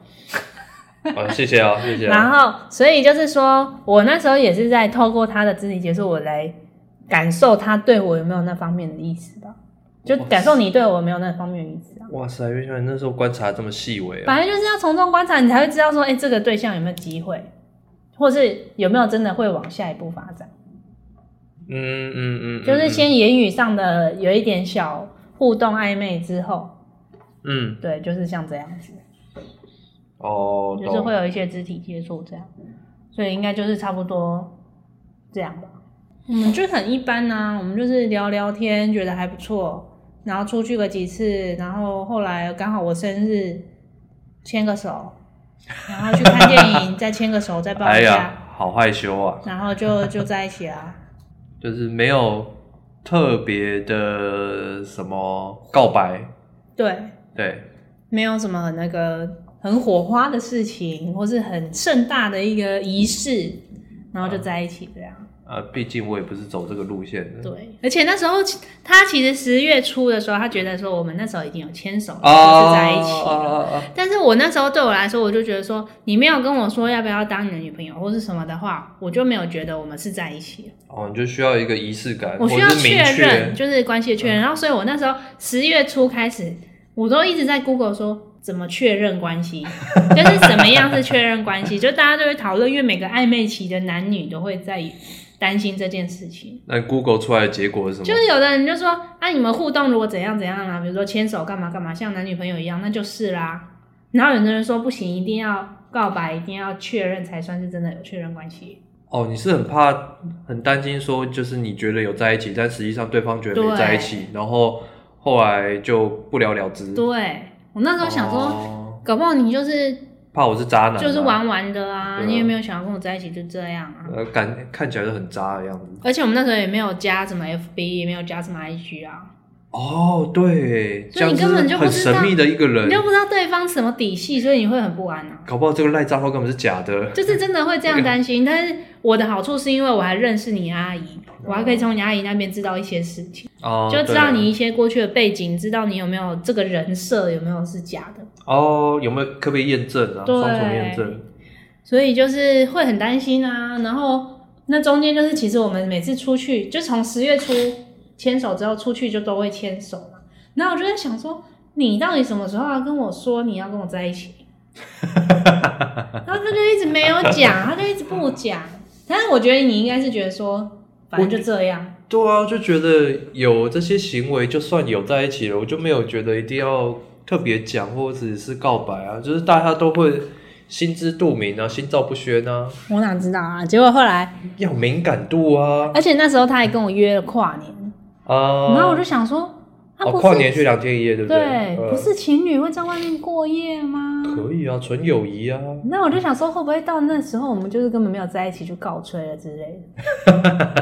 [SPEAKER 2] 啊，谢谢啊，谢谢、
[SPEAKER 1] 然
[SPEAKER 2] 啊。
[SPEAKER 1] 后，所以就是说我那时候也是在透过他的肢体接触，我来感受他对我有没有那方面的意思吧，就感受你对我有没有那方面的意思啊。
[SPEAKER 2] 哇塞，原来你那时候观察这么细微啊！
[SPEAKER 1] 反正就是要从中观察，你才会知道说，哎、这个对象有没有机会，或是有没有真的会往下一步发展。
[SPEAKER 2] 嗯嗯嗯，
[SPEAKER 1] 就是先言语上的有一点小互动暧昧之后，
[SPEAKER 2] 嗯嗯
[SPEAKER 1] 对，就是像这样子，
[SPEAKER 2] 哦，
[SPEAKER 1] 就是会
[SPEAKER 2] 懂
[SPEAKER 1] 有一些肢体接触这样，所以应该就是差不多这样吧。我们就很一般呐、 我们就是聊聊天，觉得还不错，然后出去个几次，然后后来刚好我生日，牵个手，然后去看电影，再牵个手，再抱
[SPEAKER 2] 哎
[SPEAKER 1] 一下，
[SPEAKER 2] 呀，好害羞啊！
[SPEAKER 1] 然后就就在一起啊。
[SPEAKER 2] 就是没有特别的什么告白，
[SPEAKER 1] 对，
[SPEAKER 2] 对，
[SPEAKER 1] 没有什么那个很火花的事情，或是很盛大的一个仪式，然后就在一起这样。
[SPEAKER 2] 啊，毕竟我也不是走这个路线的。
[SPEAKER 1] 对，而且那时候其他其实十月初的时候，他觉得说我们那时候已经有牵手了，
[SPEAKER 2] 哦
[SPEAKER 1] 就是在一起了。
[SPEAKER 2] 啊
[SPEAKER 1] 但是我那时候对我来说，我就觉得说，你没有跟我说要不要当你的女朋友或是什么的话，我就没有觉得我们是在一起了。
[SPEAKER 2] 哦，你就需要一个仪式感，
[SPEAKER 1] 我
[SPEAKER 2] 或
[SPEAKER 1] 需
[SPEAKER 2] 者
[SPEAKER 1] 要
[SPEAKER 2] 是
[SPEAKER 1] 确
[SPEAKER 2] 明
[SPEAKER 1] 认，
[SPEAKER 2] 确。嗯
[SPEAKER 1] 就是关系的确认。然后，所以我那时候十月初开始，我都一直在 Google 说怎么确认关系，就是怎么样是确认关系，就大家都会讨论，因为每个暧昧期的男女都会在担心这件事情。
[SPEAKER 2] 那 Google 出来的结果是什
[SPEAKER 1] 就
[SPEAKER 2] 么？
[SPEAKER 1] 是有的人就说，啊，你们互动如果怎样怎样啊，比如说牵手干嘛干嘛，像男女朋友一样，那就是啦。然后有的人说不行，一定要告白，一定要确认才算是真的有确认关系。
[SPEAKER 2] 哦，你是很怕、很担心说，就是你觉得有在一起，但实际上对方觉得没
[SPEAKER 1] 对
[SPEAKER 2] 在一起，然后后来就不了了之。
[SPEAKER 1] 对我那时候想说，
[SPEAKER 2] 哦、
[SPEAKER 1] 搞不好你就是
[SPEAKER 2] 怕我是渣男、啊，
[SPEAKER 1] 就是玩玩的啊，
[SPEAKER 2] 对啊
[SPEAKER 1] 你也没有想要跟我在一起，就这样啊。
[SPEAKER 2] 呃，感看起来就很渣的样子。
[SPEAKER 1] 而且我们那时候也没有加什么 FB，也没有加什么 IG 啊，
[SPEAKER 2] 哦，对，这
[SPEAKER 1] 所以
[SPEAKER 2] 样
[SPEAKER 1] 你根本
[SPEAKER 2] 子
[SPEAKER 1] 就不
[SPEAKER 2] 很
[SPEAKER 1] 知道
[SPEAKER 2] 神秘的一个
[SPEAKER 1] 你就
[SPEAKER 2] 人，
[SPEAKER 1] 不知道对方什么底细，所以你会很不安啊。
[SPEAKER 2] 搞不好这个赖账号根本是假的。
[SPEAKER 1] 就是真的会这样担心，但是我的好处是因为我还认识你阿姨，我还可以从你阿姨那边知道一些事情，
[SPEAKER 2] 哦，
[SPEAKER 1] 就知道
[SPEAKER 2] 对
[SPEAKER 1] 你一些过去的背景，知道你有没有这个人设有没有是假的，
[SPEAKER 2] 哦，有没有可不可以验证啊？
[SPEAKER 1] 对
[SPEAKER 2] 双重验证。
[SPEAKER 1] 所以就是会很担心啊。然后那中间就是，其实我们每次出去，就从十月初牵手之后出去就都会牵手嘛。然后我就在想说，你到底什么时候要跟我说你要跟我在一 起？然后他就一直没有讲，他就一直不讲。但是我觉得你应该是觉得说，反正就这样，
[SPEAKER 2] 对啊，就觉得有这些行为，就算有在一起了，我就没有觉得一定要特别讲或者是告白啊，就是大家都会心知肚明啊，心照不宣啊，
[SPEAKER 1] 我哪知道啊？结果后来，
[SPEAKER 2] 要敏感度啊
[SPEAKER 1] 而且那时候他还跟我约了跨年，
[SPEAKER 2] 啊！
[SPEAKER 1] 然后我就想说，他
[SPEAKER 2] 哦，
[SPEAKER 1] 不
[SPEAKER 2] 跨
[SPEAKER 1] 是、
[SPEAKER 2] 年去两天一夜，对不
[SPEAKER 1] 对，
[SPEAKER 2] 嗯
[SPEAKER 1] 不是情侣会在外面过夜吗？
[SPEAKER 2] 可以啊，纯友谊啊，
[SPEAKER 1] 那我就想说，会不会到那时候我们就是根本没有在一起就告吹了之类的？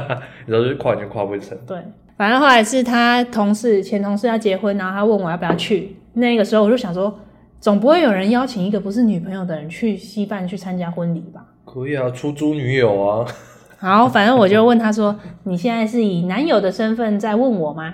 [SPEAKER 2] 然后就跨年跨不成。
[SPEAKER 1] 对，反正后来是他同事前同事要结婚，然后他问我要不要去。那个时候我就想说，总不会有人邀请一个不是女朋友的人去稀饭去参加婚礼吧？
[SPEAKER 2] 可以啊，出租女友啊，
[SPEAKER 1] 好，反正我就问他说：“你现在是以男友的身份在问我吗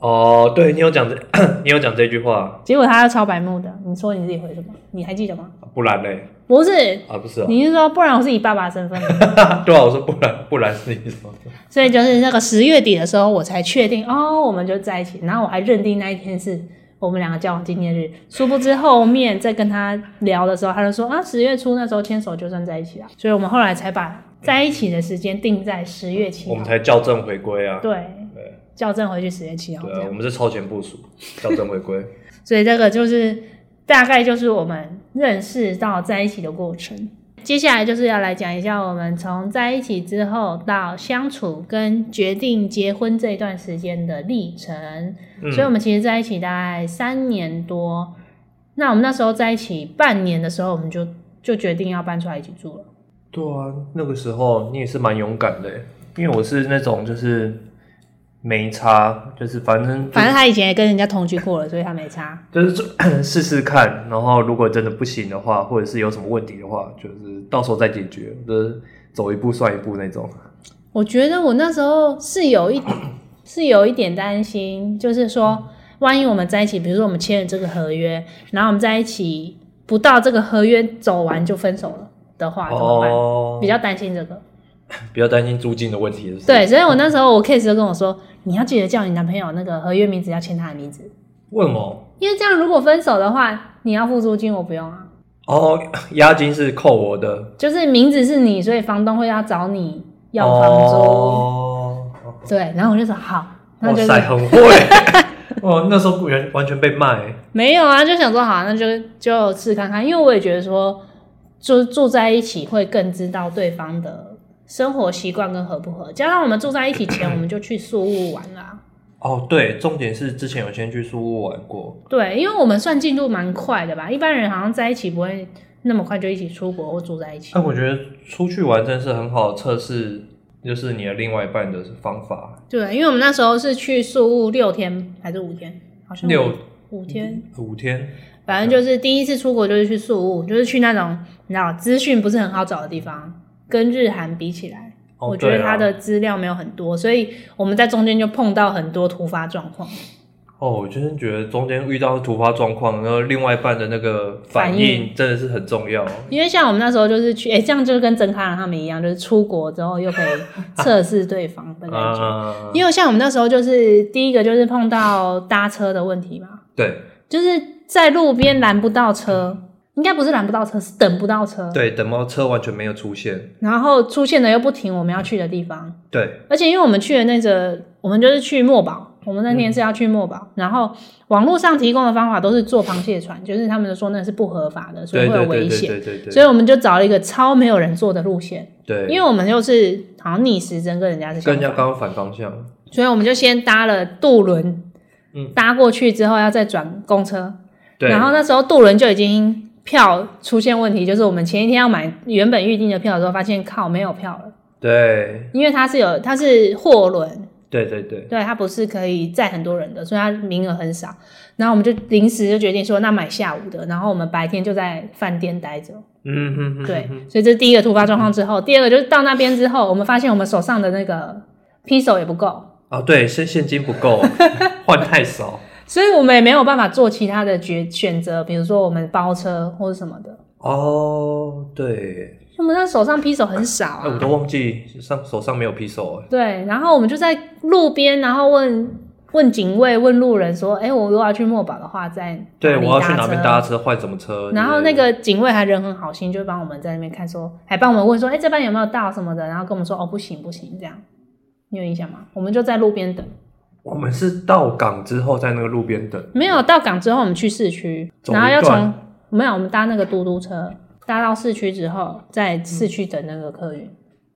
[SPEAKER 2] 哦，对你有讲这， 你有讲这句话，？”
[SPEAKER 1] 结果他超白目的，你说你自己回什么？你还记得吗？
[SPEAKER 2] 不然嘞，
[SPEAKER 1] 不是，
[SPEAKER 2] 啊不是啊，
[SPEAKER 1] 你是说不然我是以爸爸身份吗？
[SPEAKER 2] 对啊，我说不然不然是你什么？
[SPEAKER 1] 所以就是那个十月底的时候，我才确定哦，我们就在一起。然后我还认定那一天是我们两个交往纪念日。殊不知后面在跟他聊的时候，他就说啊，十月初那时候牵手就算在一起了。所以我们后来才把在一起的时间定在十月七
[SPEAKER 2] 我
[SPEAKER 1] 号
[SPEAKER 2] 们。才校正回归啊，
[SPEAKER 1] 对，
[SPEAKER 2] 对
[SPEAKER 1] 校正回去十月七号这
[SPEAKER 2] 对啊，
[SPEAKER 1] 样。
[SPEAKER 2] 我们是超前部署，校正回归。
[SPEAKER 1] 所以这个就是大概就是我们认识到在一起的过程。接下来就是要来讲一下我们从在一起之后到相处跟决定结婚这一段时间的历程。
[SPEAKER 2] 嗯
[SPEAKER 1] 所以我们其实在一起大概三年多。那我们那时候在一起半年的时候，我们就就决定要搬出来一起住了。
[SPEAKER 2] 对啊，那个时候你也是蛮勇敢的欸，因为我是那种就是没差，就是反正就
[SPEAKER 1] 反正他以前也跟人家同居过了，所以他没差。
[SPEAKER 2] 就是就 试试看，然后如果真的不行的话，或者是有什么问题的话，就是到时候再解决，就是走一步算一步那种。
[SPEAKER 1] 我觉得我那时候是有 一是有一点担心，就是说，万一我们在一起，比如说我们签了这个合约，然后我们在一起不到这个合约走完就分手了的话，啊怎么办？
[SPEAKER 2] 哦
[SPEAKER 1] 比，较担心这个。
[SPEAKER 2] 比较担心租金的问题是不是，
[SPEAKER 1] 对，所以我那时候我 case 就跟我说，你要记得叫你男朋友那个合约名字要签他的名字，
[SPEAKER 2] 问哦，
[SPEAKER 1] 因为这样如果分手的话，你要付租金，我不用啊。
[SPEAKER 2] 哦，押金是扣我的，
[SPEAKER 1] 就是名字是你，所以房东会要找你要房租。
[SPEAKER 2] 哦，
[SPEAKER 1] 对，然后我就说好，那
[SPEAKER 2] 哇
[SPEAKER 1] 就是
[SPEAKER 2] 塞，很 会，哦，那时候完完全被卖，
[SPEAKER 1] 没有啊，就想说好，那就就试看看，因为我也觉得说，就住在一起会更知道对方的生活习惯跟合不合。加上我们住在一起前，我们就去宿务玩啦。
[SPEAKER 2] 哦，对，重点是之前有先去苏屋玩过，
[SPEAKER 1] 对，因为我们算进度蛮快的吧，一般人好像在一起不会那么快就一起出国或住在一起。
[SPEAKER 2] 哎，我觉得出去玩真是很好测试，就是你的另外一半的方法。
[SPEAKER 1] 对，因为我们那时候是去宿务六天还是五天，好像
[SPEAKER 2] 六
[SPEAKER 1] 五天，
[SPEAKER 2] 五天，
[SPEAKER 1] 反正就是第一次出国就是去宿务，就是去那种你知道资讯不是很好找的地方，跟日韩比起来。
[SPEAKER 2] 哦、
[SPEAKER 1] 我觉得
[SPEAKER 2] 对啊
[SPEAKER 1] 他的资料没有很多，所以我们在中间就碰到很多突发状况。
[SPEAKER 2] 哦，我真的觉得中间遇到突发状况，然后另外一半的那个
[SPEAKER 1] 反
[SPEAKER 2] 反
[SPEAKER 1] 应
[SPEAKER 2] 应真的是很重要。
[SPEAKER 1] 因为像我们那时候就是去，哎、这样就是跟曾康朗他们一样，就是出国之后又可以测试对方的感觉。
[SPEAKER 2] 啊，
[SPEAKER 1] 因为像我们那时候就是第一个就是碰到搭车的问题嘛，
[SPEAKER 2] 对
[SPEAKER 1] 就是在路边拦不到车，应该不是拦不到车，是等不到车，
[SPEAKER 2] 对，等到车完全没有出现，
[SPEAKER 1] 然后出现的又不停我们要去的地方。
[SPEAKER 2] 对，
[SPEAKER 1] 而且因为我们去的那个，我们就是去墨宝，我们那天是要去墨宝，然后网络上提供的方法都是坐螃蟹船，就是他们说那是不合法的，所以
[SPEAKER 2] 对
[SPEAKER 1] 会有
[SPEAKER 2] 对
[SPEAKER 1] 危
[SPEAKER 2] 对
[SPEAKER 1] 险。
[SPEAKER 2] 对对对
[SPEAKER 1] 所
[SPEAKER 2] 对
[SPEAKER 1] 以我们就找了一个超没有人坐的路线，
[SPEAKER 2] 对，
[SPEAKER 1] 因为我们又是好像逆时针跟人家是相
[SPEAKER 2] 跟人家
[SPEAKER 1] 反，
[SPEAKER 2] 刚刚反方向，
[SPEAKER 1] 所以我们就先搭了渡轮，
[SPEAKER 2] 嗯
[SPEAKER 1] 搭过去之后要再转公车，
[SPEAKER 2] 对，
[SPEAKER 1] 然后那时候渡轮就已经票出现问题，就是我们前一天要买原本预定的票的时候，发现靠没有票了，
[SPEAKER 2] 对
[SPEAKER 1] 因为它是有它是货轮，
[SPEAKER 2] 对对对，
[SPEAKER 1] 对，它不是可以载很多人的，所以它名额很少。然后我们就临时就决定说，那买下午的，然后我们白天就在饭店待着。
[SPEAKER 2] 嗯哼哼，
[SPEAKER 1] 对，所以这是第一个突发状况之后，第二个就是到那边之后，我们发现我们手上的那个 p i s o 也不够，
[SPEAKER 2] 啊，对，现现金不 够，啊换太少。
[SPEAKER 1] 所以我们也没有办法做其他的决选择，比如说我们包车或者什么的。
[SPEAKER 2] 哦，对，
[SPEAKER 1] 我们那手上 p i s o 很少
[SPEAKER 2] 哎、我
[SPEAKER 1] 啊。
[SPEAKER 2] 都忘记上手上没有匕首哎。
[SPEAKER 1] 对，然后我们就在路边，然后问问警卫、问路人说：“哎，我如果要去墨宝的话，在哪
[SPEAKER 2] 对，
[SPEAKER 1] 里
[SPEAKER 2] 我要去哪边
[SPEAKER 1] 车
[SPEAKER 2] 搭车，换什么车？
[SPEAKER 1] 然后
[SPEAKER 2] 对
[SPEAKER 1] 那个警卫还人很好心，就帮我们在那边看说，还帮我们问说，哎、这班有没有到什么的，然后跟我们说，哦，不行不行，这样，你有印象吗？我们就在路边等，
[SPEAKER 2] 我们是到港之后在那个路边等。
[SPEAKER 1] 没有到港之后，我们去市区，
[SPEAKER 2] 走一
[SPEAKER 1] 然后要从
[SPEAKER 2] 段
[SPEAKER 1] 没有，我们搭那个嘟嘟车，搭到市区之后，在市区等那个客运，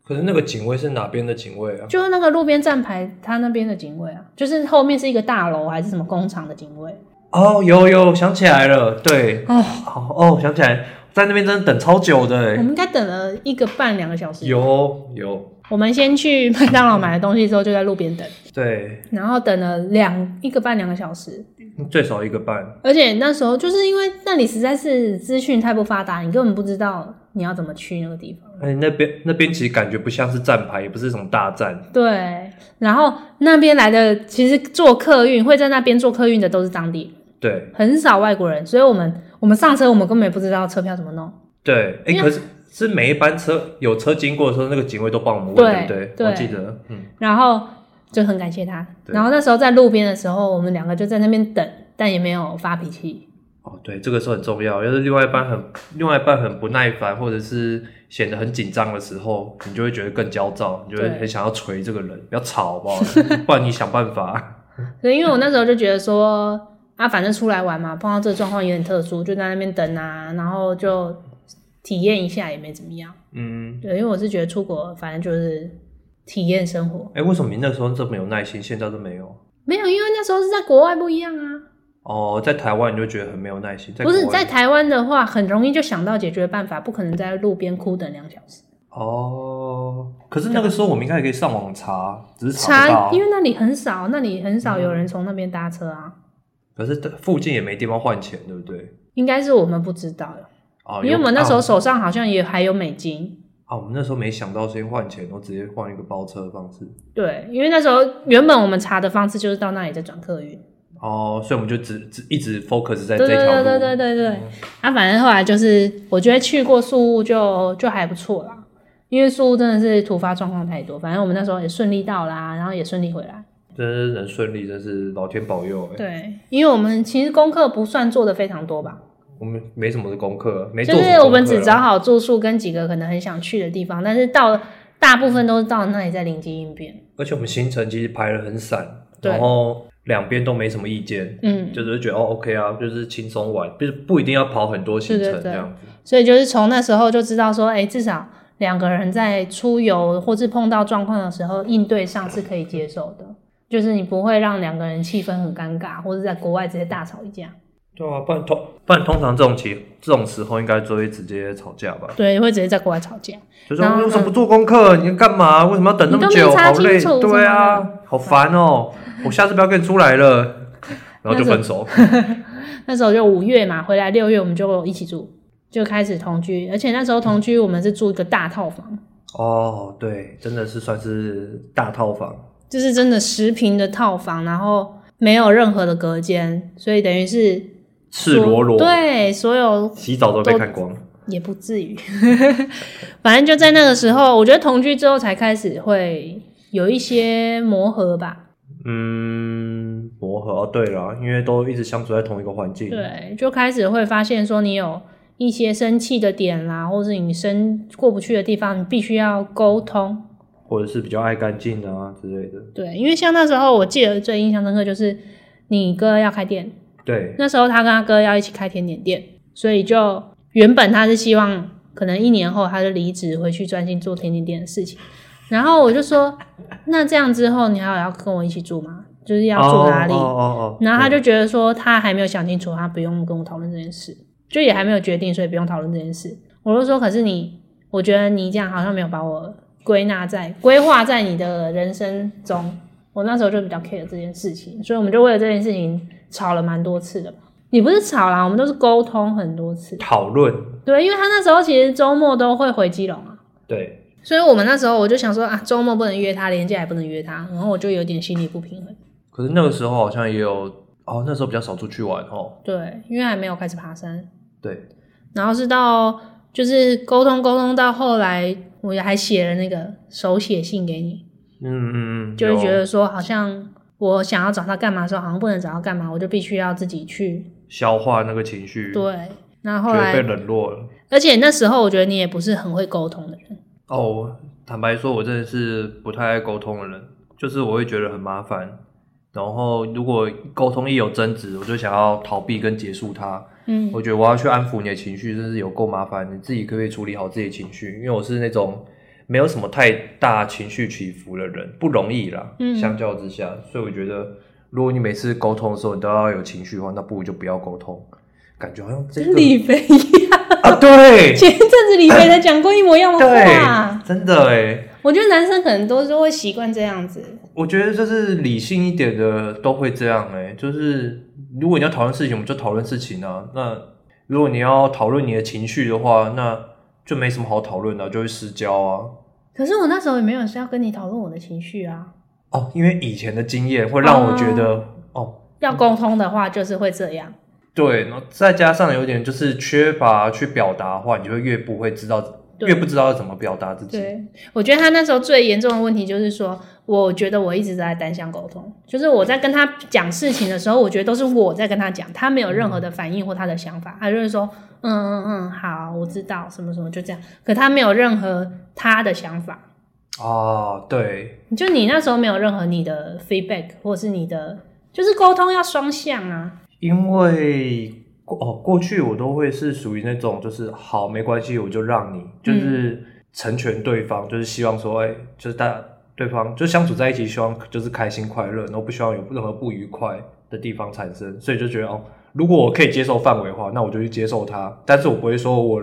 [SPEAKER 2] 可是那个警卫是哪边的警卫啊？
[SPEAKER 1] 就是那个路边站牌，他那边的警卫啊，就是后面是一个大楼还是什么工厂的警卫，
[SPEAKER 2] 哦，有有，想起来了，对，
[SPEAKER 1] 哦
[SPEAKER 2] 哦哦，想起来，在那边真的等超久的
[SPEAKER 1] 我
[SPEAKER 2] 哎。
[SPEAKER 1] 们应该等了一个半两个小时，
[SPEAKER 2] 有有，
[SPEAKER 1] 我们先去麦当劳买了东西之后，就在路边等，
[SPEAKER 2] 对，
[SPEAKER 1] 然后等了两一个半两个小时，
[SPEAKER 2] 最少一个半，
[SPEAKER 1] 而且那时候就是因为那里实在是资讯太不发达，你根本不知道你要怎么去那个地方。
[SPEAKER 2] 哎，那边那边其实感觉不像是站牌，也不是什么大站，
[SPEAKER 1] 对，然后那边来的其实做客运会在那边做客运的都是当地人
[SPEAKER 2] 对
[SPEAKER 1] 很少外国人，所以我们我们上车，我们根本也不知道车票怎么弄。
[SPEAKER 2] 对，
[SPEAKER 1] 因
[SPEAKER 2] 哎，
[SPEAKER 1] 为
[SPEAKER 2] 可是是每一班车有车经过的时候，那个警卫都帮我们
[SPEAKER 1] 对
[SPEAKER 2] 问，对不对？我
[SPEAKER 1] 对
[SPEAKER 2] 记得，嗯，
[SPEAKER 1] 然后就很感谢他。
[SPEAKER 2] 对
[SPEAKER 1] 然后那时候在路边的时候，我们两个就在那边等，但也没有发脾气。
[SPEAKER 2] 哦，对，这个是很重要，要是另外一半很另外一半很不耐烦，或者是显得很紧张的时候，你就会觉得更焦躁，你就会
[SPEAKER 1] 对
[SPEAKER 2] 很想要捶这个人，不要吵 好不好？不然你想办法。
[SPEAKER 1] 所以因为我那时候就觉得说，啊，反正出来玩嘛，碰到这状况有点特殊，就在那边等啊，然后就体验一下也没怎么样。
[SPEAKER 2] 嗯，
[SPEAKER 1] 对，因为我是觉得出国反正就是体验生活，
[SPEAKER 2] 哎，为什么你那时候这么有耐心，现在都没有？
[SPEAKER 1] 没有，因为那时候是在国外不一样啊。
[SPEAKER 2] 哦，在台湾你就觉得很没有耐心，在
[SPEAKER 1] 不是
[SPEAKER 2] 国外
[SPEAKER 1] 在台湾的话，很容易就想到解决办法，不可能在路边哭等两小时。
[SPEAKER 2] 哦，可是那个时候我们应该也可以上网查，只是查不
[SPEAKER 1] 查，
[SPEAKER 2] 到
[SPEAKER 1] 因。为那里很少，那里很少有人从那边搭车啊，
[SPEAKER 2] 可是附近也没地方换钱，对不对？
[SPEAKER 1] 应该是我们不知道了，
[SPEAKER 2] 哦，
[SPEAKER 1] 因为我们那时
[SPEAKER 2] 啊
[SPEAKER 1] 候手上好像也还有美金。
[SPEAKER 2] 啊，我们那时候没想到先换钱，我直接换一个包车的方式。
[SPEAKER 1] 对，因为那时候原本我们查的方式就是到那里再转客运，
[SPEAKER 2] 哦，所以我们就只只一直 focus 在这
[SPEAKER 1] 对对
[SPEAKER 2] 条
[SPEAKER 1] 对对
[SPEAKER 2] 路。
[SPEAKER 1] 对对对。啊，反正后来就是我觉得去过宿务就就还不错啦，因为宿务真的是突发状况太多，反正我们那时候也顺利到啦，然后也顺利回来。
[SPEAKER 2] 真是能顺利，真是老天保佑哎、
[SPEAKER 1] 对，因为我们其实功课不算做的非常多吧，
[SPEAKER 2] 我们没什么的功课，啊没做
[SPEAKER 1] 就
[SPEAKER 2] 什么
[SPEAKER 1] 是我们
[SPEAKER 2] 功课
[SPEAKER 1] 只
[SPEAKER 2] 啦
[SPEAKER 1] 找好住宿跟几个可能很想去的地方，但是到了大部分都是到那里再灵机应变。
[SPEAKER 2] 而且我们行程其实排的很散，
[SPEAKER 1] 对
[SPEAKER 2] 然后两边都没什么意见，
[SPEAKER 1] 嗯，
[SPEAKER 2] 就只是觉得哦 OK 啊，就是轻松玩，就是不一定要跑很多行
[SPEAKER 1] 对
[SPEAKER 2] 程
[SPEAKER 1] 对对
[SPEAKER 2] 这样子。
[SPEAKER 1] 所以就是从那时候就知道说，哎、至少两个人在出游或是碰到状况的时候，应对上是可以接受的，就是你不会让两个人气氛很尴尬，或者在国外直接大吵一架，
[SPEAKER 2] 对啊，不然通不然通常这种情这种时候应该就会直接吵架吧？
[SPEAKER 1] 对，会直接在国外吵架。
[SPEAKER 2] 就说
[SPEAKER 1] 然后
[SPEAKER 2] 你为什么不做功课？你干嘛？为什么要等那
[SPEAKER 1] 你
[SPEAKER 2] 么
[SPEAKER 1] 都
[SPEAKER 2] 久？
[SPEAKER 1] 没查
[SPEAKER 2] 好
[SPEAKER 1] 清
[SPEAKER 2] 累，
[SPEAKER 1] 楚
[SPEAKER 2] 对啊，好烦哦、我下次不要跟你出 来了，然后就分手。
[SPEAKER 1] 那时候就五月嘛，回来六月我们就一起住，就开始同居，而且那时候同居我们是住一个大套房，
[SPEAKER 2] 哦，对，真的是算是大套房，
[SPEAKER 1] 就是真的十平的套房，然后没有任何的隔间，所以等于是
[SPEAKER 2] 赤裸裸，
[SPEAKER 1] 对所有
[SPEAKER 2] 洗澡都被看光。
[SPEAKER 1] 也不至于，反正就在那个时候，我觉得同居之后才开始会有一些磨合吧。
[SPEAKER 2] 嗯，磨合。哦，对了，因为都一直相处在同一个环境。
[SPEAKER 1] 对，就开始会发现说你有一些生气的点啦，或是你生过不去的地方，你必须要沟通。
[SPEAKER 2] 或者是比较爱干净啊之类的，
[SPEAKER 1] 对，因为像那时候我记得最印象深刻就是你哥要开店，
[SPEAKER 2] 对，
[SPEAKER 1] 那时候他跟他哥要一起开甜点店，所以就原本他是希望可能一年后他就离职回去专心做甜点店的事情。然后我就说，那这样之后你还有要跟我一起住吗？就是要住哪里？
[SPEAKER 2] 哦哦哦哦，
[SPEAKER 1] 然后他
[SPEAKER 2] 对
[SPEAKER 1] 就觉得说他还没有想清楚，他不用跟我讨论这件事，就也还没有决定，所以不用讨论这件事。我就说，可是你，我觉得你这样好像没有把我归纳在规划在你的人生中。我那时候就比较 care 这件事情，所以我们就为了这件事情吵了蛮多次的吧。也不是吵啦，我们都是沟通很多次。
[SPEAKER 2] 讨论，
[SPEAKER 1] 对，因为他那时候其实周末都会回基隆啊，
[SPEAKER 2] 对，
[SPEAKER 1] 所以我们那时候我就想说啊，周末不能约他，连假也不能约他，然后我就有点心理不平衡。
[SPEAKER 2] 可是那个时候好像也有，哦，那时候比较少出去玩哦，
[SPEAKER 1] 对，因为还没有开始爬山，
[SPEAKER 2] 对，
[SPEAKER 1] 然后是到就是沟通沟通到后来，我也还写了那个手写信给你，
[SPEAKER 2] 嗯嗯嗯，
[SPEAKER 1] 就会
[SPEAKER 2] 有
[SPEAKER 1] 觉得说好像我想要找他干嘛的时候，好像不能找他干嘛，我就必须要自己去。
[SPEAKER 2] 消化那个情绪，
[SPEAKER 1] 对，然后
[SPEAKER 2] 嗯觉
[SPEAKER 1] 后
[SPEAKER 2] 得被
[SPEAKER 1] 来，
[SPEAKER 2] 冷落了。
[SPEAKER 1] 而且那时候我觉得你也不是很会沟通的人，
[SPEAKER 2] 哦，坦白说，我真的是不太爱沟通的人，就是我会觉得很麻烦。然后如果沟通一有争执，我就想要逃避跟结束它。
[SPEAKER 1] 嗯，
[SPEAKER 2] 我觉得我要去安抚你的情绪，真是有够麻烦。你自己可不可以处理好自己的情绪？因为我是那种没有什么太大情绪起伏的人，不容易啦。
[SPEAKER 1] 嗯
[SPEAKER 2] 相较之下，所以我觉得，如果你每次沟通的时候你都要有情绪的话，那不如就不要沟通。感觉好像这
[SPEAKER 1] 跟
[SPEAKER 2] 个
[SPEAKER 1] 李飞一样。
[SPEAKER 2] 啊，对
[SPEAKER 1] 前一阵子李飞才讲过一模一样的
[SPEAKER 2] 对
[SPEAKER 1] 话，，
[SPEAKER 2] 真的哎，
[SPEAKER 1] 我觉得男生可能都是会习惯这样子，
[SPEAKER 2] 我觉得就是理性一点的都会这样哎、就是如果你要讨论事情，我们就讨论事情啊。那如果你要讨论你的情绪的话，那就没什么好讨论的、就会失焦啊。
[SPEAKER 1] 可是我那时候也没有是要跟你讨论我的情绪啊。
[SPEAKER 2] 哦，因为以前的经验会让我觉得哦，
[SPEAKER 1] 要沟通的话，就是会这样。
[SPEAKER 2] 对，然后再加上有点就是缺乏去表达的话，你就会越不会知道，
[SPEAKER 1] 对
[SPEAKER 2] 越不知道要怎么表达自己。
[SPEAKER 1] 对，我觉得他那时候最严重的问题就是说，我觉得我一直在单向沟通，就是我在跟他讲事情的时候，我觉得都是我在跟他讲，他没有任何的反应或他的想法，他就是说，嗯嗯嗯，好，我知道什么什么，就这样。可他没有任何他的想法，
[SPEAKER 2] 啊，对，
[SPEAKER 1] 就你那时候没有任何你的 feedback 或是你的，就是沟通要双向啊。
[SPEAKER 2] 因为过哦，过去我都会是属于那种，就是好没关系，我就让
[SPEAKER 1] 嗯
[SPEAKER 2] 你，就是成全对方，就是希望说，哎、就是大对方就相处在一起，希望就是开心快乐，然后不希望有任何不愉快的地方产生，所以就觉得哦，如果我可以接受范围的话，那我就去接受它，但是我不会说我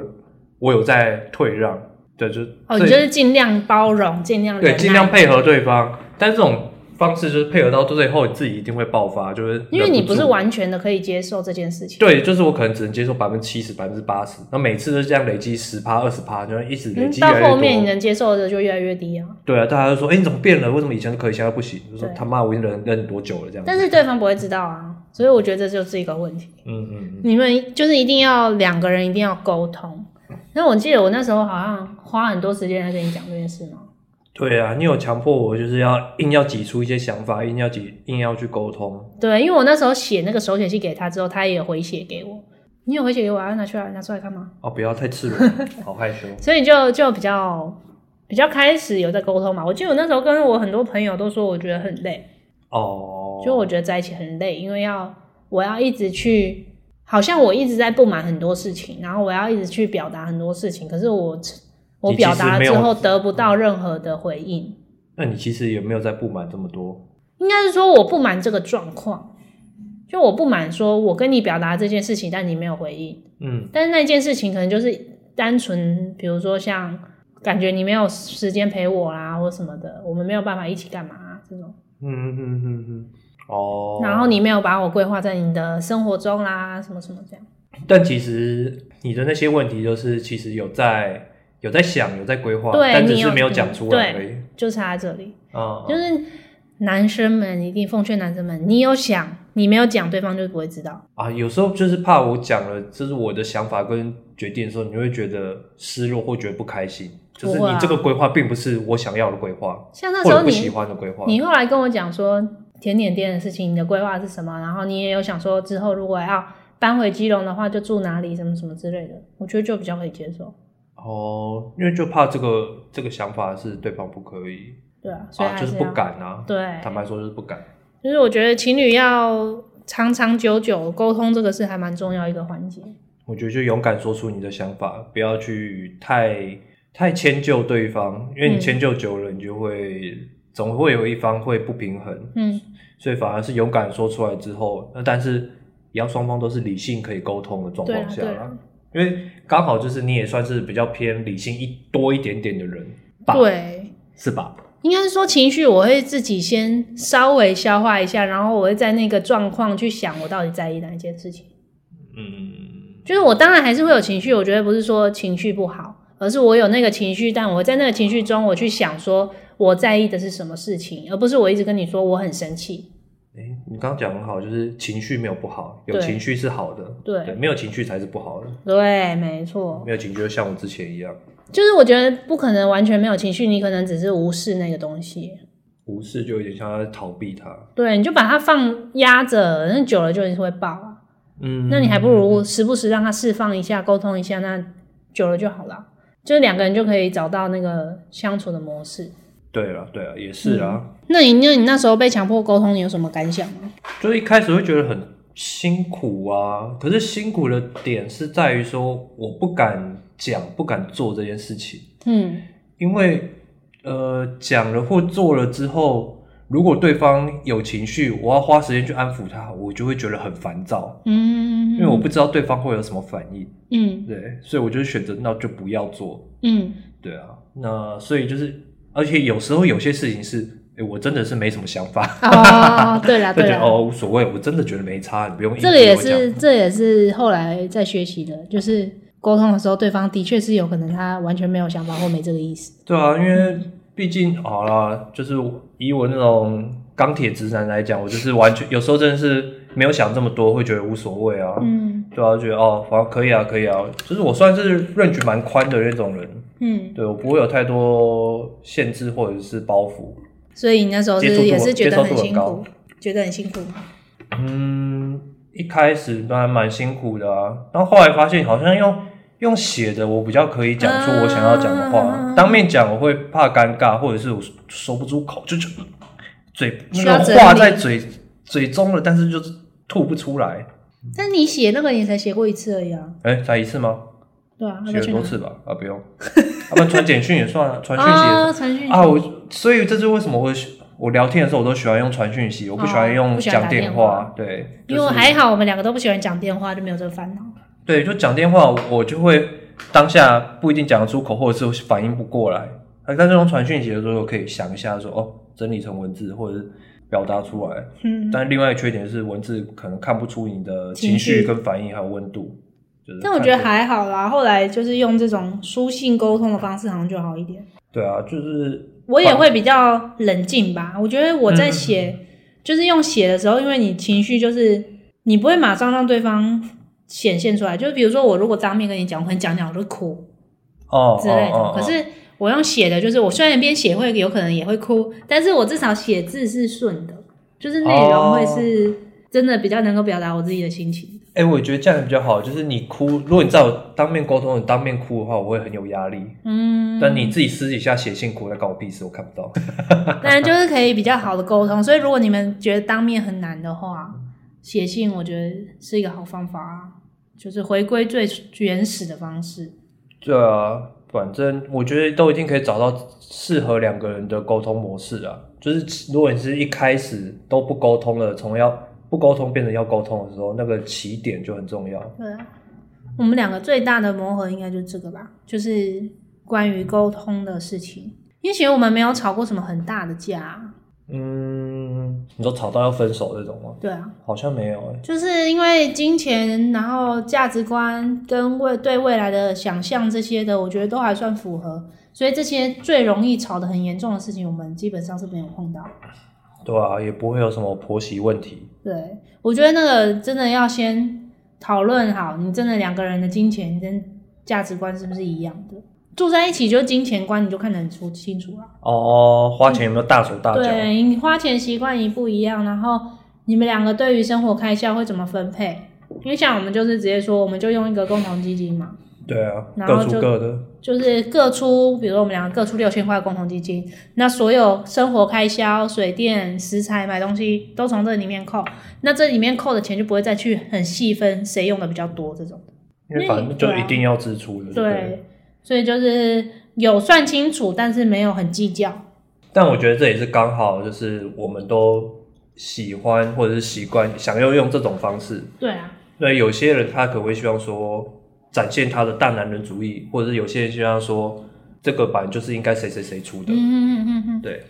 [SPEAKER 2] 我有在退让，对，就
[SPEAKER 1] 哦，
[SPEAKER 2] 所
[SPEAKER 1] 你
[SPEAKER 2] 以
[SPEAKER 1] 就是尽量包容，尽量忍
[SPEAKER 2] 对，
[SPEAKER 1] 耐
[SPEAKER 2] 尽量配合对方，但这种方式就是配合到最后，你自己一定会爆发，就是
[SPEAKER 1] 因为你
[SPEAKER 2] 忍
[SPEAKER 1] 不是
[SPEAKER 2] 住
[SPEAKER 1] 完全的可以接受这件事情。
[SPEAKER 2] 对，就是我可能只能接受百分之七十、百分之八十，那每次都这样累积十趴、二十趴，就一直累
[SPEAKER 1] 嗯，
[SPEAKER 2] 积越
[SPEAKER 1] 到
[SPEAKER 2] 来
[SPEAKER 1] 后
[SPEAKER 2] 越
[SPEAKER 1] 面你
[SPEAKER 2] 多。
[SPEAKER 1] 能接受的就越来越低啊。
[SPEAKER 2] 对啊，大家就说：“哎、你怎么变了？为什么以前可以，现在不行？”就说
[SPEAKER 1] 对：“
[SPEAKER 2] 他妈，我已经忍忍多久了？”这样。
[SPEAKER 1] 但是对方不会知道啊，所以我觉得这就是一个问题。
[SPEAKER 2] 嗯嗯嗯，
[SPEAKER 1] 你们就是一定要两个人一定要沟通。那我记得我那时候好像花很多时间来跟你讲这件事嘛。
[SPEAKER 2] 对啊，你有强迫我，就是要硬要挤出一些想法，硬要挤，硬要去沟通。
[SPEAKER 1] 对，因为我那时候写那个手写信给他之后，他也有回写给我。你有回写给我啊？拿出来，拿出来看嘛。
[SPEAKER 2] 哦，不要太 赤裸，好害羞。
[SPEAKER 1] 所以就就比较比较开始有在沟通嘛。我记得我那时候跟我很多朋友都说，我觉得很累，
[SPEAKER 2] 哦，
[SPEAKER 1] 就我觉得在一起很累，因为要我要一直去，好像我一直在不满很多事情，然后我要一直去表达很多事情，可是我我
[SPEAKER 2] 你其
[SPEAKER 1] 表
[SPEAKER 2] 实
[SPEAKER 1] 达了
[SPEAKER 2] 没
[SPEAKER 1] 之
[SPEAKER 2] 有嗯
[SPEAKER 1] 后得不到任何的回应，
[SPEAKER 2] 那你其实也没有在不满这么多。
[SPEAKER 1] 应该是说我不满这个状况，就我不满说我跟你表达这件事情，但你没有回应，
[SPEAKER 2] 嗯，
[SPEAKER 1] 但是那件事情可能就是单纯，比如说像感觉你没有时间陪我啦，或什么的，我们没有办法一起干嘛、啊这种。
[SPEAKER 2] 嗯嗯嗯嗯嗯。哦。
[SPEAKER 1] 然后你没有把我规划在你的生活中啦，什么什么这样。
[SPEAKER 2] 但其实你的那些问题，就是其实有在有在想，有在规划，
[SPEAKER 1] 对
[SPEAKER 2] 但只
[SPEAKER 1] 你
[SPEAKER 2] 是
[SPEAKER 1] 有
[SPEAKER 2] 没有讲出来而已。
[SPEAKER 1] 就差在这里，
[SPEAKER 2] 啊，
[SPEAKER 1] 就
[SPEAKER 2] 嗯
[SPEAKER 1] 是男生们一定奉劝男生们，你有想，你没有讲，对方就不会知道。
[SPEAKER 2] 啊，有时候就是怕我讲了，就是我的想法跟决定的时候，你会觉得失落或觉得不开心，就是
[SPEAKER 1] 不会啊
[SPEAKER 2] 你这个规划并不是我想要的规划，
[SPEAKER 1] 像那
[SPEAKER 2] 或
[SPEAKER 1] 时候
[SPEAKER 2] 者不喜
[SPEAKER 1] 你，
[SPEAKER 2] 欢的规划。
[SPEAKER 1] 你后来跟我讲说甜点店的事情，你的规划是什么？然后你也有想说之后如果要搬回基隆的话，就住哪里，什么什么之类的。我觉得就比较可以接受，
[SPEAKER 2] 哦，因为就怕这个这个想法是对方不可以
[SPEAKER 1] 对啊，所以
[SPEAKER 2] 啊，
[SPEAKER 1] 还
[SPEAKER 2] 就是
[SPEAKER 1] 要、
[SPEAKER 2] 不敢啊。
[SPEAKER 1] 对，
[SPEAKER 2] 坦白说就是不敢。
[SPEAKER 1] 就是我觉得情侣要长长久久沟通这个是还蛮重要一个环节。
[SPEAKER 2] 我觉得就勇敢说出你的想法，不要去太太迁就对方，因为你
[SPEAKER 1] 嗯
[SPEAKER 2] 迁就久了，你就会总会有一方会不平衡，
[SPEAKER 1] 嗯，
[SPEAKER 2] 所以反而是勇敢说出来之后，那但是也要双方都是理性可以沟通的状
[SPEAKER 1] 对啊
[SPEAKER 2] 况，下
[SPEAKER 1] 对
[SPEAKER 2] 啦
[SPEAKER 1] 啊，
[SPEAKER 2] 因为刚好就是你也算是比较偏理性一多一点点的人吧，
[SPEAKER 1] 对。
[SPEAKER 2] 是吧？
[SPEAKER 1] 应该是说情绪，我会自己先稍微消化一下，然后我会在那个状况去想我到底在意哪一件事情。
[SPEAKER 2] 嗯，
[SPEAKER 1] 就是我当然还是会有情绪，我觉得不是说情绪不好，而是我有那个情绪，但我在那个情绪中，我去想说我在意的是什么事情，而不是我一直跟你说我很生气。
[SPEAKER 2] 哎，你刚刚讲得很好，就是情绪没有不好，有
[SPEAKER 1] 对
[SPEAKER 2] 情绪是好的，
[SPEAKER 1] 对
[SPEAKER 2] 没有情绪才是不好的，
[SPEAKER 1] 对，没错，
[SPEAKER 2] 没有情绪就像我之前一样。
[SPEAKER 1] 就是我觉得不可能完全没有情绪，你可能只是无视那个东西，
[SPEAKER 2] 无视就有点像在逃避它。
[SPEAKER 1] 对，你就把它放压着，那久了就是会爆啊。
[SPEAKER 2] 嗯
[SPEAKER 1] 那你还不如时不时让他释放一下，沟通一下，那久了就好了。就是两个人就可以找到那个相处的模式。
[SPEAKER 2] 对了，对啊，也是啊，
[SPEAKER 1] 那你那你那时候被强迫沟通，你有什么感想吗？
[SPEAKER 2] 就是一开始会觉得很辛苦啊，可是辛苦的点是在于说我不敢讲，不敢做这件事情，
[SPEAKER 1] 嗯，
[SPEAKER 2] 因为呃讲了或做了之后，如果对方有情绪，我要花时间去安抚他，我就会觉得很烦躁，
[SPEAKER 1] 嗯，
[SPEAKER 2] 因为我不知道对方会有什么反应，
[SPEAKER 1] 嗯
[SPEAKER 2] 对，所以我就选择那就不要做，
[SPEAKER 1] 嗯
[SPEAKER 2] 对啊，那所以就是而且有时候有些事情是，诶我真的是没什么想法，
[SPEAKER 1] 哦，对啦
[SPEAKER 2] 就
[SPEAKER 1] 对
[SPEAKER 2] 觉得
[SPEAKER 1] 啦，
[SPEAKER 2] 哦无所谓，我真的觉得没差，你不用硬
[SPEAKER 1] 这个也
[SPEAKER 2] 逼我讲
[SPEAKER 1] 是这也是后来在学习的，就是沟通的时候，对方的确是有可能他完全没有想法或没这个意思。
[SPEAKER 2] 对啊，因为毕竟好啦，就是以我那种钢铁直男来讲，我就是完全有时候真的是没有想这么多，会觉得无所谓啊。
[SPEAKER 1] 嗯
[SPEAKER 2] 对啊，就觉得哦，反正可以啊，可以啊，就是我算是 range 蛮宽的那种人，
[SPEAKER 1] 嗯，
[SPEAKER 2] 对我不会有太多限制或者是包袱。
[SPEAKER 1] 所以你那时候
[SPEAKER 2] 接受
[SPEAKER 1] 是
[SPEAKER 2] 度
[SPEAKER 1] 也是觉得很
[SPEAKER 2] 接受度
[SPEAKER 1] 辛
[SPEAKER 2] 很
[SPEAKER 1] 苦
[SPEAKER 2] 高，
[SPEAKER 1] 觉得很辛苦。
[SPEAKER 2] 嗯，一开始都还蛮辛苦的啊，然后后来发现好像用用写的，我比较可以讲出我想要讲的话，
[SPEAKER 1] 啊
[SPEAKER 2] 当面讲我会怕尴尬，或者是我说不出口，就就嘴
[SPEAKER 1] 需要
[SPEAKER 2] 那
[SPEAKER 1] 整
[SPEAKER 2] 种
[SPEAKER 1] 理
[SPEAKER 2] 话在嘴嘴中了，但是就是吐不出来。
[SPEAKER 1] 但你写那个你才写过一次而已啊，
[SPEAKER 2] 哎，才一次吗？
[SPEAKER 1] 对啊，
[SPEAKER 2] 写
[SPEAKER 1] 他
[SPEAKER 2] 了
[SPEAKER 1] 去
[SPEAKER 2] 多
[SPEAKER 1] 哪？
[SPEAKER 2] 次吧？啊，不用，要不然传简讯也算啊，传讯息也算
[SPEAKER 1] 啊，传讯息
[SPEAKER 2] 啊。我所以这是为什么我会喜我聊天的时候我都喜欢用传讯息，我不喜欢
[SPEAKER 1] 哦
[SPEAKER 2] 用
[SPEAKER 1] 不喜欢
[SPEAKER 2] 讲
[SPEAKER 1] 打
[SPEAKER 2] 电
[SPEAKER 1] 电
[SPEAKER 2] 话。对，
[SPEAKER 1] 因为
[SPEAKER 2] 就是
[SPEAKER 1] 还好我们两个都不喜欢讲电话，就没有这个烦恼。
[SPEAKER 2] 对，就讲电话，我就会当下不一定讲得出口，或者是反应不过来。啊但是用传讯息的时候，我可以想一下说，哦，整理成文字，或者是表达出来。
[SPEAKER 1] 嗯，
[SPEAKER 2] 但另外一个缺点是，文字可能看不出你的
[SPEAKER 1] 情
[SPEAKER 2] 情绪
[SPEAKER 1] 绪
[SPEAKER 2] 跟反应还有温度。就是
[SPEAKER 1] 但我
[SPEAKER 2] 看
[SPEAKER 1] 觉得
[SPEAKER 2] 不
[SPEAKER 1] 还好啦。后来就是用这种书信沟通的方式，好像就好一点。
[SPEAKER 2] 对啊，就是
[SPEAKER 1] 我也会比较冷静吧。我觉得我在
[SPEAKER 2] 嗯
[SPEAKER 1] 写，就是用写的时候，因为你情绪就是你不会马上让对方显现出来。就是比如说，我如果当面跟你讲，我可能讲讲我就哭
[SPEAKER 2] 哦
[SPEAKER 1] 之类的。
[SPEAKER 2] 哦哦哦
[SPEAKER 1] 可是我用写的，就是我虽然边写会有可能也会哭，但是我至少写字是顺的，就是内容
[SPEAKER 2] 哦
[SPEAKER 1] 会是真的比较能够表达我自己的心情。
[SPEAKER 2] 哎、我觉得这样比较好。就是你哭，如果你在我当面沟通，你当面哭的话，我会很有压力。
[SPEAKER 1] 嗯，
[SPEAKER 2] 但你自己私底下写信哭，那关我屁事，我看不到。
[SPEAKER 1] 当然就是可以比较好的沟通。所以如果你们觉得当面很难的话，写信我觉得是一个好方法啊，就是回归最原始的方式。
[SPEAKER 2] 对啊，反正我觉得都一定可以找到适合两个人的沟通模式啊。就是如果你是一开始都不沟通了，从要不沟通变成要沟通的时候，那个起点就很重要。
[SPEAKER 1] 对啊，我们两个最大的磨合应该就是这个吧，就是关于沟通的事情。因为其实我们没有吵过什么很大的架啊，
[SPEAKER 2] 嗯，你说吵到要分手这种吗？
[SPEAKER 1] 对啊，
[SPEAKER 2] 好像没有欸
[SPEAKER 1] 就是因为金钱，然后价值观跟未对未来的想象这些的，我觉得都还算符合，所以这些最容易吵得很严重的事情，我们基本上是没有碰到。
[SPEAKER 2] 对啊，也不会有什么婆媳问题。
[SPEAKER 1] 对，我觉得那个真的要先讨论好，你真的两个人的金钱跟价值观是不是一样的？住在一起就金钱观你就看得很出清楚了、
[SPEAKER 2] 哦，花钱有没有大手大脚？
[SPEAKER 1] 对你花钱习惯一不一样，然后你们两个对于生活开销会怎么分配？因为像我们就是直接说，我们就用一个共同基金嘛，
[SPEAKER 2] 对啊，
[SPEAKER 1] 然后
[SPEAKER 2] 各
[SPEAKER 1] 就
[SPEAKER 2] 出各的。
[SPEAKER 1] 就是各出，比如说我们两个各出六千块共同基金，那所有生活开销、水电、食材、买东西都从这里面扣，那这里面扣的钱就不会再去很细分谁用的比较多这种。
[SPEAKER 2] 因为反正就一定要支出的。不对。
[SPEAKER 1] 啊对，所以就是有算清楚，但是没有很计较。
[SPEAKER 2] 但我觉得这也是刚好，就是我们都喜欢或者是习惯，想要用这种方式。
[SPEAKER 1] 对啊，
[SPEAKER 2] 那有些人他可能会希望说展现他的大男人主义，或者是有些人希望说这个版就是应该谁谁谁出的。
[SPEAKER 1] 嗯嗯嗯嗯嗯，
[SPEAKER 2] 对，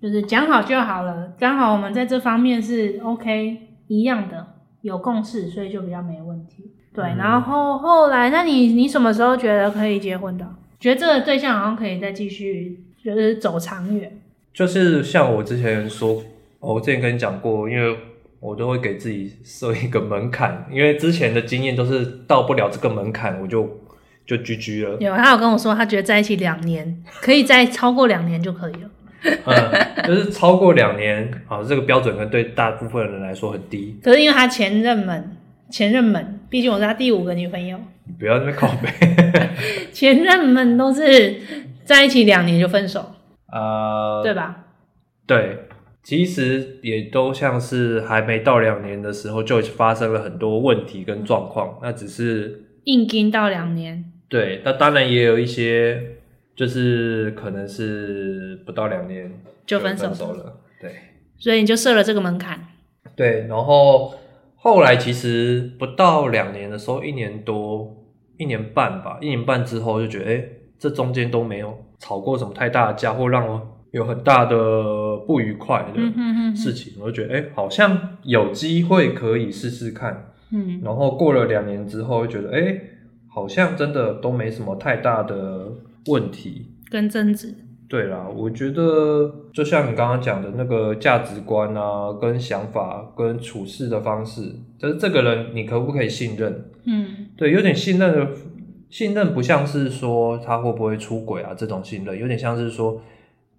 [SPEAKER 1] 就是讲好就好了。刚好我们在这方面是 OK 一样的，有共识，所以就比较没问题。对，
[SPEAKER 2] 嗯
[SPEAKER 1] 然后后来，那你你什么时候觉得可以结婚的？觉得这个对象好像可以再继续，就是走长远。
[SPEAKER 2] 就是像我之前说，哦我之前跟你讲过，因为。我都会给自己设一个门槛，因为之前的经验都是到不了这个门槛，我就 就 GG 了。
[SPEAKER 1] 有，他有跟我说，他觉得在一起两年，可以再超过两年就可以了。
[SPEAKER 2] 嗯，就是超过两年啊，这个标准可能对大部分人来说很低。
[SPEAKER 1] 可是因为他前任们，前任们，毕竟我是他第五个女朋友，
[SPEAKER 2] 你不要在那边靠 背。
[SPEAKER 1] 前任们都是在一起两年就分手，
[SPEAKER 2] 呃，
[SPEAKER 1] 对吧？
[SPEAKER 2] 对，其实也都像是还没到两年的时候就发生了很多问题跟状况。那只是
[SPEAKER 1] 硬盯到两年，
[SPEAKER 2] 对，那当然也有一些就是可能是不到两年
[SPEAKER 1] 就分
[SPEAKER 2] 分
[SPEAKER 1] 手
[SPEAKER 2] 了。对
[SPEAKER 1] 所以你就设了这个门槛。
[SPEAKER 2] 对，然后后来其实不到两年的时候，一年多、一年半吧，一年半之后就觉得，哎，这中间都没有吵过什么太大的架，或让我有很大的不愉快
[SPEAKER 1] 嗯
[SPEAKER 2] 的
[SPEAKER 1] 哼哼，
[SPEAKER 2] 事，情，我就觉得哎、诶好像有机会可以试试看。
[SPEAKER 1] 嗯
[SPEAKER 2] 然后过了两年之后，就觉得哎、诶好像真的都没什么太大的问题。
[SPEAKER 1] 跟争执，
[SPEAKER 2] 对啦，我觉得就像你刚刚讲的那个价值观啊，跟想法，跟处事的方式，就是这个人你可不可以信任？
[SPEAKER 1] 嗯
[SPEAKER 2] 对，有点信任的信任，不像是说他会不会出轨啊这种信任，有点像是说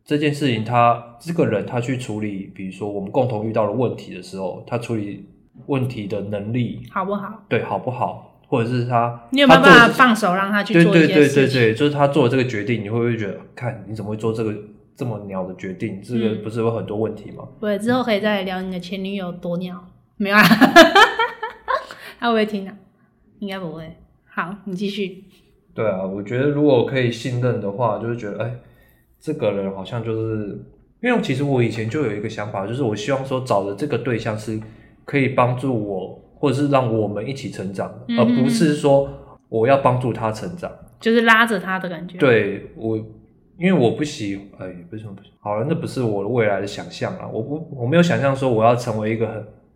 [SPEAKER 2] 这件事情他这个人他去处理，比如说我们共同遇到的问题的时候，他处理问题的能力
[SPEAKER 1] 好不好？
[SPEAKER 2] 对好不好，或者是他
[SPEAKER 1] 你有没有
[SPEAKER 2] 他做
[SPEAKER 1] 办
[SPEAKER 2] 的
[SPEAKER 1] 法
[SPEAKER 2] 事
[SPEAKER 1] 放手让他去
[SPEAKER 2] 对
[SPEAKER 1] 做一
[SPEAKER 2] 对
[SPEAKER 1] 些
[SPEAKER 2] 对对
[SPEAKER 1] 事情？
[SPEAKER 2] 对，就是他做这个决定，你会不会觉得，看你怎么会做这个这么鸟的决定？这个
[SPEAKER 1] 嗯
[SPEAKER 2] 不是有很多问题吗？
[SPEAKER 1] 对，之后可以再来聊你的前女友多鸟，没 有啊？他会不会听啊？应该不会。好，你继续。
[SPEAKER 2] 对啊，我觉得如果可以信任的话，就是觉得，哎，这个人好像就是，因为其实我以前就有一个想法，就是我希望说找的这个对象是可以帮助我，或者是让我们一起成长的，
[SPEAKER 1] 嗯
[SPEAKER 2] 而不是说我要帮助他成长。
[SPEAKER 1] 就是拉着他的感觉。，
[SPEAKER 2] 对我，因为我不喜，哎，不是什么不喜，好了，那不是我未来的想象啊，我不，我没有想象说我要成为一个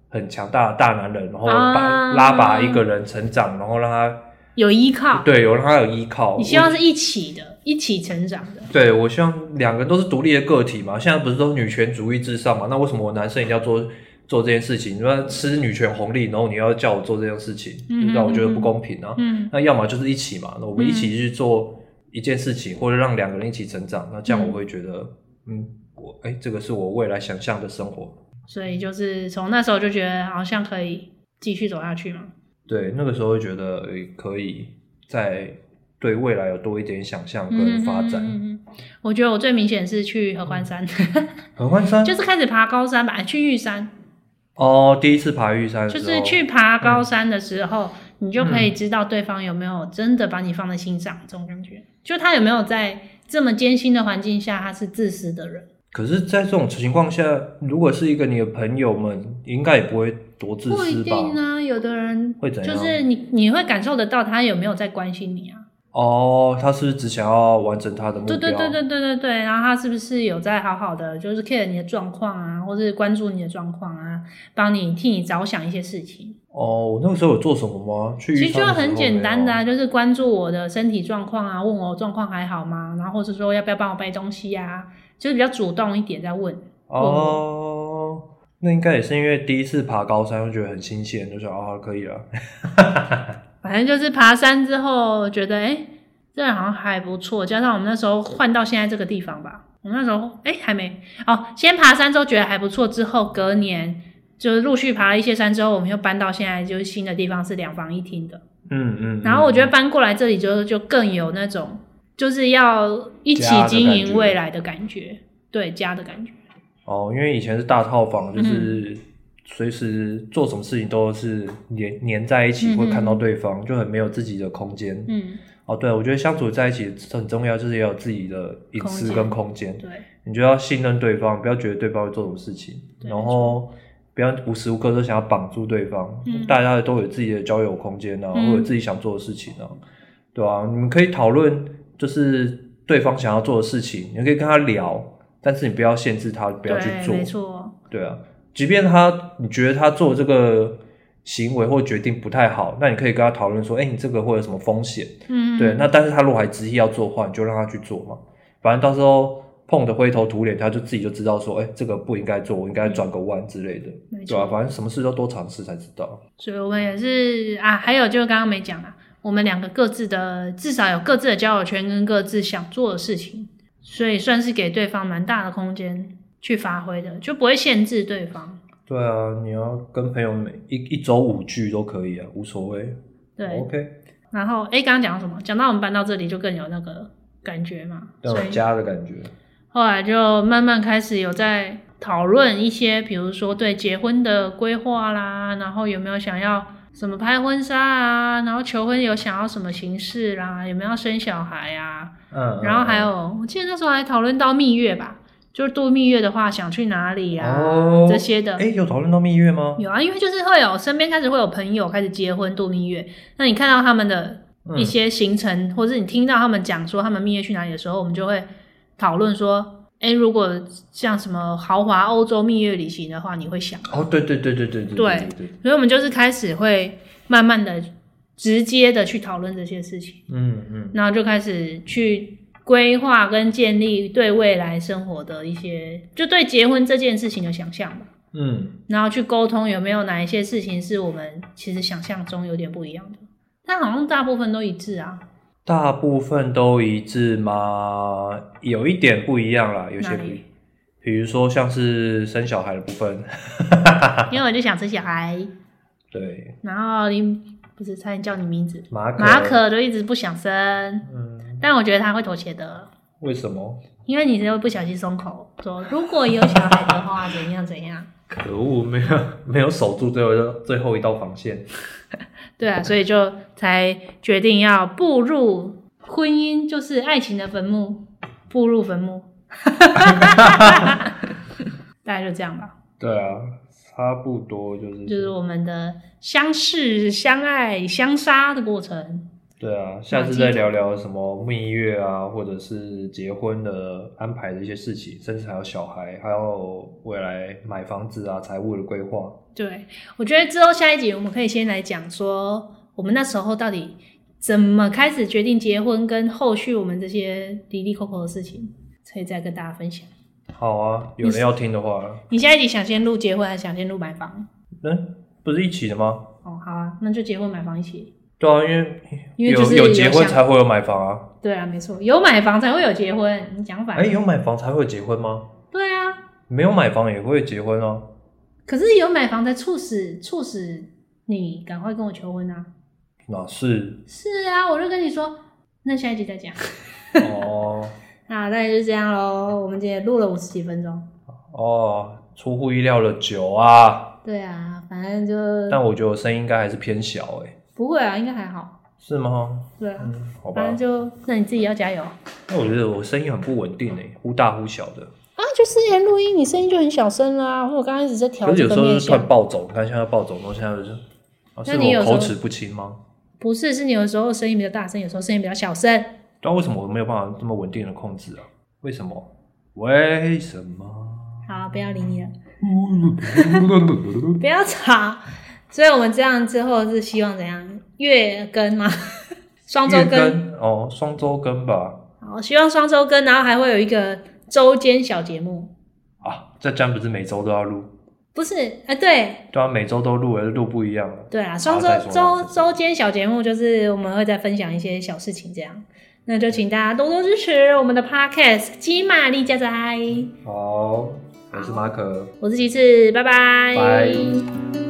[SPEAKER 2] 很很强大的大男人，然后把、
[SPEAKER 1] 啊
[SPEAKER 2] 拉拔一个人成长，然后让他
[SPEAKER 1] 有依靠。，
[SPEAKER 2] 对，有让他有依靠。
[SPEAKER 1] 你希望是一起的，一起成长的。
[SPEAKER 2] 我对我希望两个人都是独立的个体嘛，现在不是都女权主义至上嘛？那为什么我男生一定要做做这件事情？你要吃女权红利，然后你要叫我做这件事情，
[SPEAKER 1] 嗯
[SPEAKER 2] 让我觉得
[SPEAKER 1] 嗯
[SPEAKER 2] 不公平啊。
[SPEAKER 1] 嗯
[SPEAKER 2] 那要么就是一起嘛，那我们一起去做一件事情，或者让两个人一起成长。那这样
[SPEAKER 1] 嗯
[SPEAKER 2] 我会觉得，嗯，我哎、这个是我未来想象的生活。
[SPEAKER 1] 所以就是从那时候就觉得好像可以继续走下去嘛。
[SPEAKER 2] 对，那个时候会觉得、诶可以再对未来有多一点想象
[SPEAKER 1] 嗯，
[SPEAKER 2] 跟发展。
[SPEAKER 1] 嗯嗯嗯我觉得我最明显是去合欢山，
[SPEAKER 2] 合欢山
[SPEAKER 1] 就是开始爬高山吧，去玉山，
[SPEAKER 2] 哦，第一次爬玉山的时
[SPEAKER 1] 就
[SPEAKER 2] 候，
[SPEAKER 1] 是去爬高山的时候，你就可以知道对方有没有真的把你放在心上，这种感觉，就他有没有在这么艰辛的环境下，他是自私的人，
[SPEAKER 2] 可是，在这种情况下，如果是一个你的朋友们，应该也不会多自
[SPEAKER 1] 不一
[SPEAKER 2] 私吧？
[SPEAKER 1] 定啊，有的人
[SPEAKER 2] 会怎样？
[SPEAKER 1] 就是你你会感受得到他有没有在关心你啊。
[SPEAKER 2] 哦，他是不是只想要完成他的目标？
[SPEAKER 1] 对对对对对对对，然后他是不是有在好好的就是 care 你的状况啊，或是关注你的状况啊，帮你替你着想一些事情，
[SPEAKER 2] 哦，我那个时候有做什么吗？去
[SPEAKER 1] 其
[SPEAKER 2] 玉
[SPEAKER 1] 实就
[SPEAKER 2] 山的时候
[SPEAKER 1] 很简单的、啊，
[SPEAKER 2] 没有
[SPEAKER 1] 就是关注我的身体状况啊，问我状况还好吗，然后或是说要不要帮我背东西呀、啊，就是比较主动一点在问。
[SPEAKER 2] 哦。那应该也是因为第一次爬高山，会觉得很新鲜，就想啊，可以了。
[SPEAKER 1] 反正就是爬山之后觉得，哎、这人好像还不错，加上我们那时候换到现在这个地方吧，我们那时候哎、诶还没哦，先爬山之后觉得还不错，之后隔年就是陆续爬了一些山之后，我们又搬到现在就是新的地方是两房一厅的，
[SPEAKER 2] 嗯嗯。
[SPEAKER 1] 然后我觉得
[SPEAKER 2] 得
[SPEAKER 1] 搬过来这里就就更有那种就是要一
[SPEAKER 2] 家
[SPEAKER 1] 起
[SPEAKER 2] 的
[SPEAKER 1] 经
[SPEAKER 2] 感
[SPEAKER 1] 营
[SPEAKER 2] 觉
[SPEAKER 1] 未来的感觉，对家的感觉，
[SPEAKER 2] 哦，因为以前是大套房，
[SPEAKER 1] 嗯
[SPEAKER 2] 就是随时做什么事情都是黏黏在一起，
[SPEAKER 1] 嗯
[SPEAKER 2] 会看到对方，就很没有自己的空间。
[SPEAKER 1] 嗯，
[SPEAKER 2] 哦，对，我觉得相处在一起很重要，就是要有自己的隐私跟空间。
[SPEAKER 1] 对，
[SPEAKER 2] 你就要信任对方，不要觉得对方会做什么事情，
[SPEAKER 1] 对
[SPEAKER 2] 然后不要无时无刻都想要绑住对方。
[SPEAKER 1] 嗯
[SPEAKER 2] 大家都有自己的交友空间啊，
[SPEAKER 1] 嗯
[SPEAKER 2] 或者自己想做的事情啊，对啊，你们可以讨论，就是对方想要做的事情，你可以跟他聊，但是你不要限制他，不要去
[SPEAKER 1] 对，
[SPEAKER 2] 做
[SPEAKER 1] 没。错，
[SPEAKER 2] 对啊，即便他你觉得他做这个行为或决定不太好，那你可以跟他讨论说，哎，你这个会有什么风险？
[SPEAKER 1] 嗯，
[SPEAKER 2] 对，那但是他如果还执意要做的话，你就让他去做嘛，反正到时候碰得灰头土脸，他就自己就知道说，哎、这个不应该做，我应该转个弯之类的，
[SPEAKER 1] 没错
[SPEAKER 2] 对吧、啊反正什么事都多尝试才知道。
[SPEAKER 1] 所以我们也是啊，还有就是刚刚没讲啊，我们两个各自的至少有各自的交友圈跟各自想做的事情，所以算是给对方蛮大的空间去发挥的，就不会限制对方。
[SPEAKER 2] 对啊，你要跟朋友每一一周五聚都可以啊，无所谓。
[SPEAKER 1] 对，
[SPEAKER 2] ，OK，
[SPEAKER 1] 然后哎诶，刚刚讲到什么？讲到我们搬到这里就更有那个感觉嘛，
[SPEAKER 2] 那
[SPEAKER 1] 所
[SPEAKER 2] 种
[SPEAKER 1] 以
[SPEAKER 2] 家的感觉。
[SPEAKER 1] 后来就慢慢开始有在讨论一些，比如说对结婚的规划啦，然后有没有想要什么拍婚纱啊，然后求婚有想要什么形式啦，有没有要生小孩啊，
[SPEAKER 2] 嗯，
[SPEAKER 1] 然后还
[SPEAKER 2] 嗯
[SPEAKER 1] 有，我记得那时候还讨论到蜜月吧，就是度蜜月的话想去哪里啊、
[SPEAKER 2] 哦
[SPEAKER 1] 这些的。
[SPEAKER 2] 哎、有讨论到蜜月吗？
[SPEAKER 1] 有啊，因为就是会有身边开始会有朋友开始结婚度蜜月，那你看到他们的
[SPEAKER 2] 嗯
[SPEAKER 1] 一些行程，或是你听到他们讲说他们蜜月去哪里的时候，我们就会讨论说，哎、如果像什么豪华欧洲蜜月旅行的话，你会想，
[SPEAKER 2] 哦，对对对对对
[SPEAKER 1] 对
[SPEAKER 2] 对对对，
[SPEAKER 1] 所以我们就是开始会慢慢的、直接的去讨论这些事情，
[SPEAKER 2] 嗯嗯，
[SPEAKER 1] 然后就开始去规划跟建立对未来生活的一些，就对结婚这件事情的想象吧。
[SPEAKER 2] 嗯，
[SPEAKER 1] 然后去沟通有没有哪一些事情是我们其实想象中有点不一样的，但好像大部分都一致啊。
[SPEAKER 2] 大部分都一致吗？有一点不一样啦，有些
[SPEAKER 1] 哪
[SPEAKER 2] 不
[SPEAKER 1] 里，
[SPEAKER 2] 比如说像是生小孩的部分，
[SPEAKER 1] 因为我就想生小孩，
[SPEAKER 2] 对，
[SPEAKER 1] 然后你不是差点叫你名字，
[SPEAKER 2] 马可，
[SPEAKER 1] 马，可就一直不想生，
[SPEAKER 2] 嗯，
[SPEAKER 1] 但我觉得他会妥协的，
[SPEAKER 2] 为什么？
[SPEAKER 1] 因为你只有不小心松口说如果有小孩的话怎样怎样，
[SPEAKER 2] 可恶，没有 没有守住最后最后一道防线，
[SPEAKER 1] 对啊，所以就才决定要步入婚姻，就是爱情的坟墓，步入坟墓， 大概就这样吧。
[SPEAKER 2] 对啊，差不多就是
[SPEAKER 1] 就是我们的相识、相爱、相杀的过程。
[SPEAKER 2] 对啊，下次再聊聊什么蜜月啊，或者是结婚的安排的一些事情，甚至还有小孩，还有未来买房子啊、财务的规划。
[SPEAKER 1] 对，我觉得之后下一集我们可以先来讲说，我们那时候到底怎么开始决定结婚，跟后续我们这些滴滴扣扣的事情，可以再跟大家分享。
[SPEAKER 2] 好啊，有人要听的话，
[SPEAKER 1] 你下一集想先录结婚，还是想先录买房？
[SPEAKER 2] 嗯，不是一起的吗？
[SPEAKER 1] 哦，好啊，那就结婚买房一起。
[SPEAKER 2] 对啊，因为
[SPEAKER 1] 因为就是
[SPEAKER 2] 有
[SPEAKER 1] 有
[SPEAKER 2] 结婚
[SPEAKER 1] 想
[SPEAKER 2] 才会有买房啊。
[SPEAKER 1] 对啊，没错，有买房才会有结婚。你讲反了。
[SPEAKER 2] 哎，有买房才会有结婚吗？
[SPEAKER 1] 对啊，
[SPEAKER 2] 没有买房也会结婚啊。
[SPEAKER 1] 可是有买房才促使促使你赶快跟我求婚啊。
[SPEAKER 2] 哪是？
[SPEAKER 1] 是啊，我就跟你说，那下一集再 讲。
[SPEAKER 2] 哦
[SPEAKER 1] 那大概就这样喽，我们今天也录了五十几分钟。
[SPEAKER 2] 哦，出乎意料的久啊，
[SPEAKER 1] 对啊，反正就
[SPEAKER 2] 但我觉得我声音应该还是偏小哎、
[SPEAKER 1] 不会啊，应该还好。
[SPEAKER 2] 是吗？
[SPEAKER 1] 对啊，
[SPEAKER 2] 嗯，好吧。
[SPEAKER 1] 反正就那你自己要加油啊！
[SPEAKER 2] 那我觉得我声音很不稳定诶、欸忽大忽小的，
[SPEAKER 1] 就之前录音，你声音就很小声啦、啊，我刚开始在调
[SPEAKER 2] 可
[SPEAKER 1] 这
[SPEAKER 2] 是有
[SPEAKER 1] 个
[SPEAKER 2] 时候
[SPEAKER 1] 面
[SPEAKER 2] 就突然
[SPEAKER 1] 相，
[SPEAKER 2] 暴走，你看现在暴走，然后现在就是，啊、
[SPEAKER 1] 那
[SPEAKER 2] 是
[SPEAKER 1] 你有
[SPEAKER 2] 我
[SPEAKER 1] 时候
[SPEAKER 2] 口齿不清吗？
[SPEAKER 1] 不是，是你有时候声音比较大声，有时候声音比较小声。
[SPEAKER 2] 对啊，为什么我没有办法这么稳定的控制啊？为什么？为什么？
[SPEAKER 1] 好，不要理你了，不要吵。所以我们这样之后是希望怎样？月更吗？双周
[SPEAKER 2] 月
[SPEAKER 1] 更？
[SPEAKER 2] 更哦，双周更吧。
[SPEAKER 1] 好，希望双周更，然后还会有一个周间小节目，
[SPEAKER 2] 啊，这这样不是每周都要录？
[SPEAKER 1] 不是？哎、对
[SPEAKER 2] 对啊，每周都录，而录不一样了。
[SPEAKER 1] 对啊，双周
[SPEAKER 2] 再说
[SPEAKER 1] 周
[SPEAKER 2] 再说
[SPEAKER 1] 周间小节目就是我们会再分享一些小事情，这样，那就请大家多多支持我们的 podcast《金玛丽家宅》，
[SPEAKER 2] 好，我是马可。
[SPEAKER 1] 我是鸡翅，拜拜
[SPEAKER 2] 拜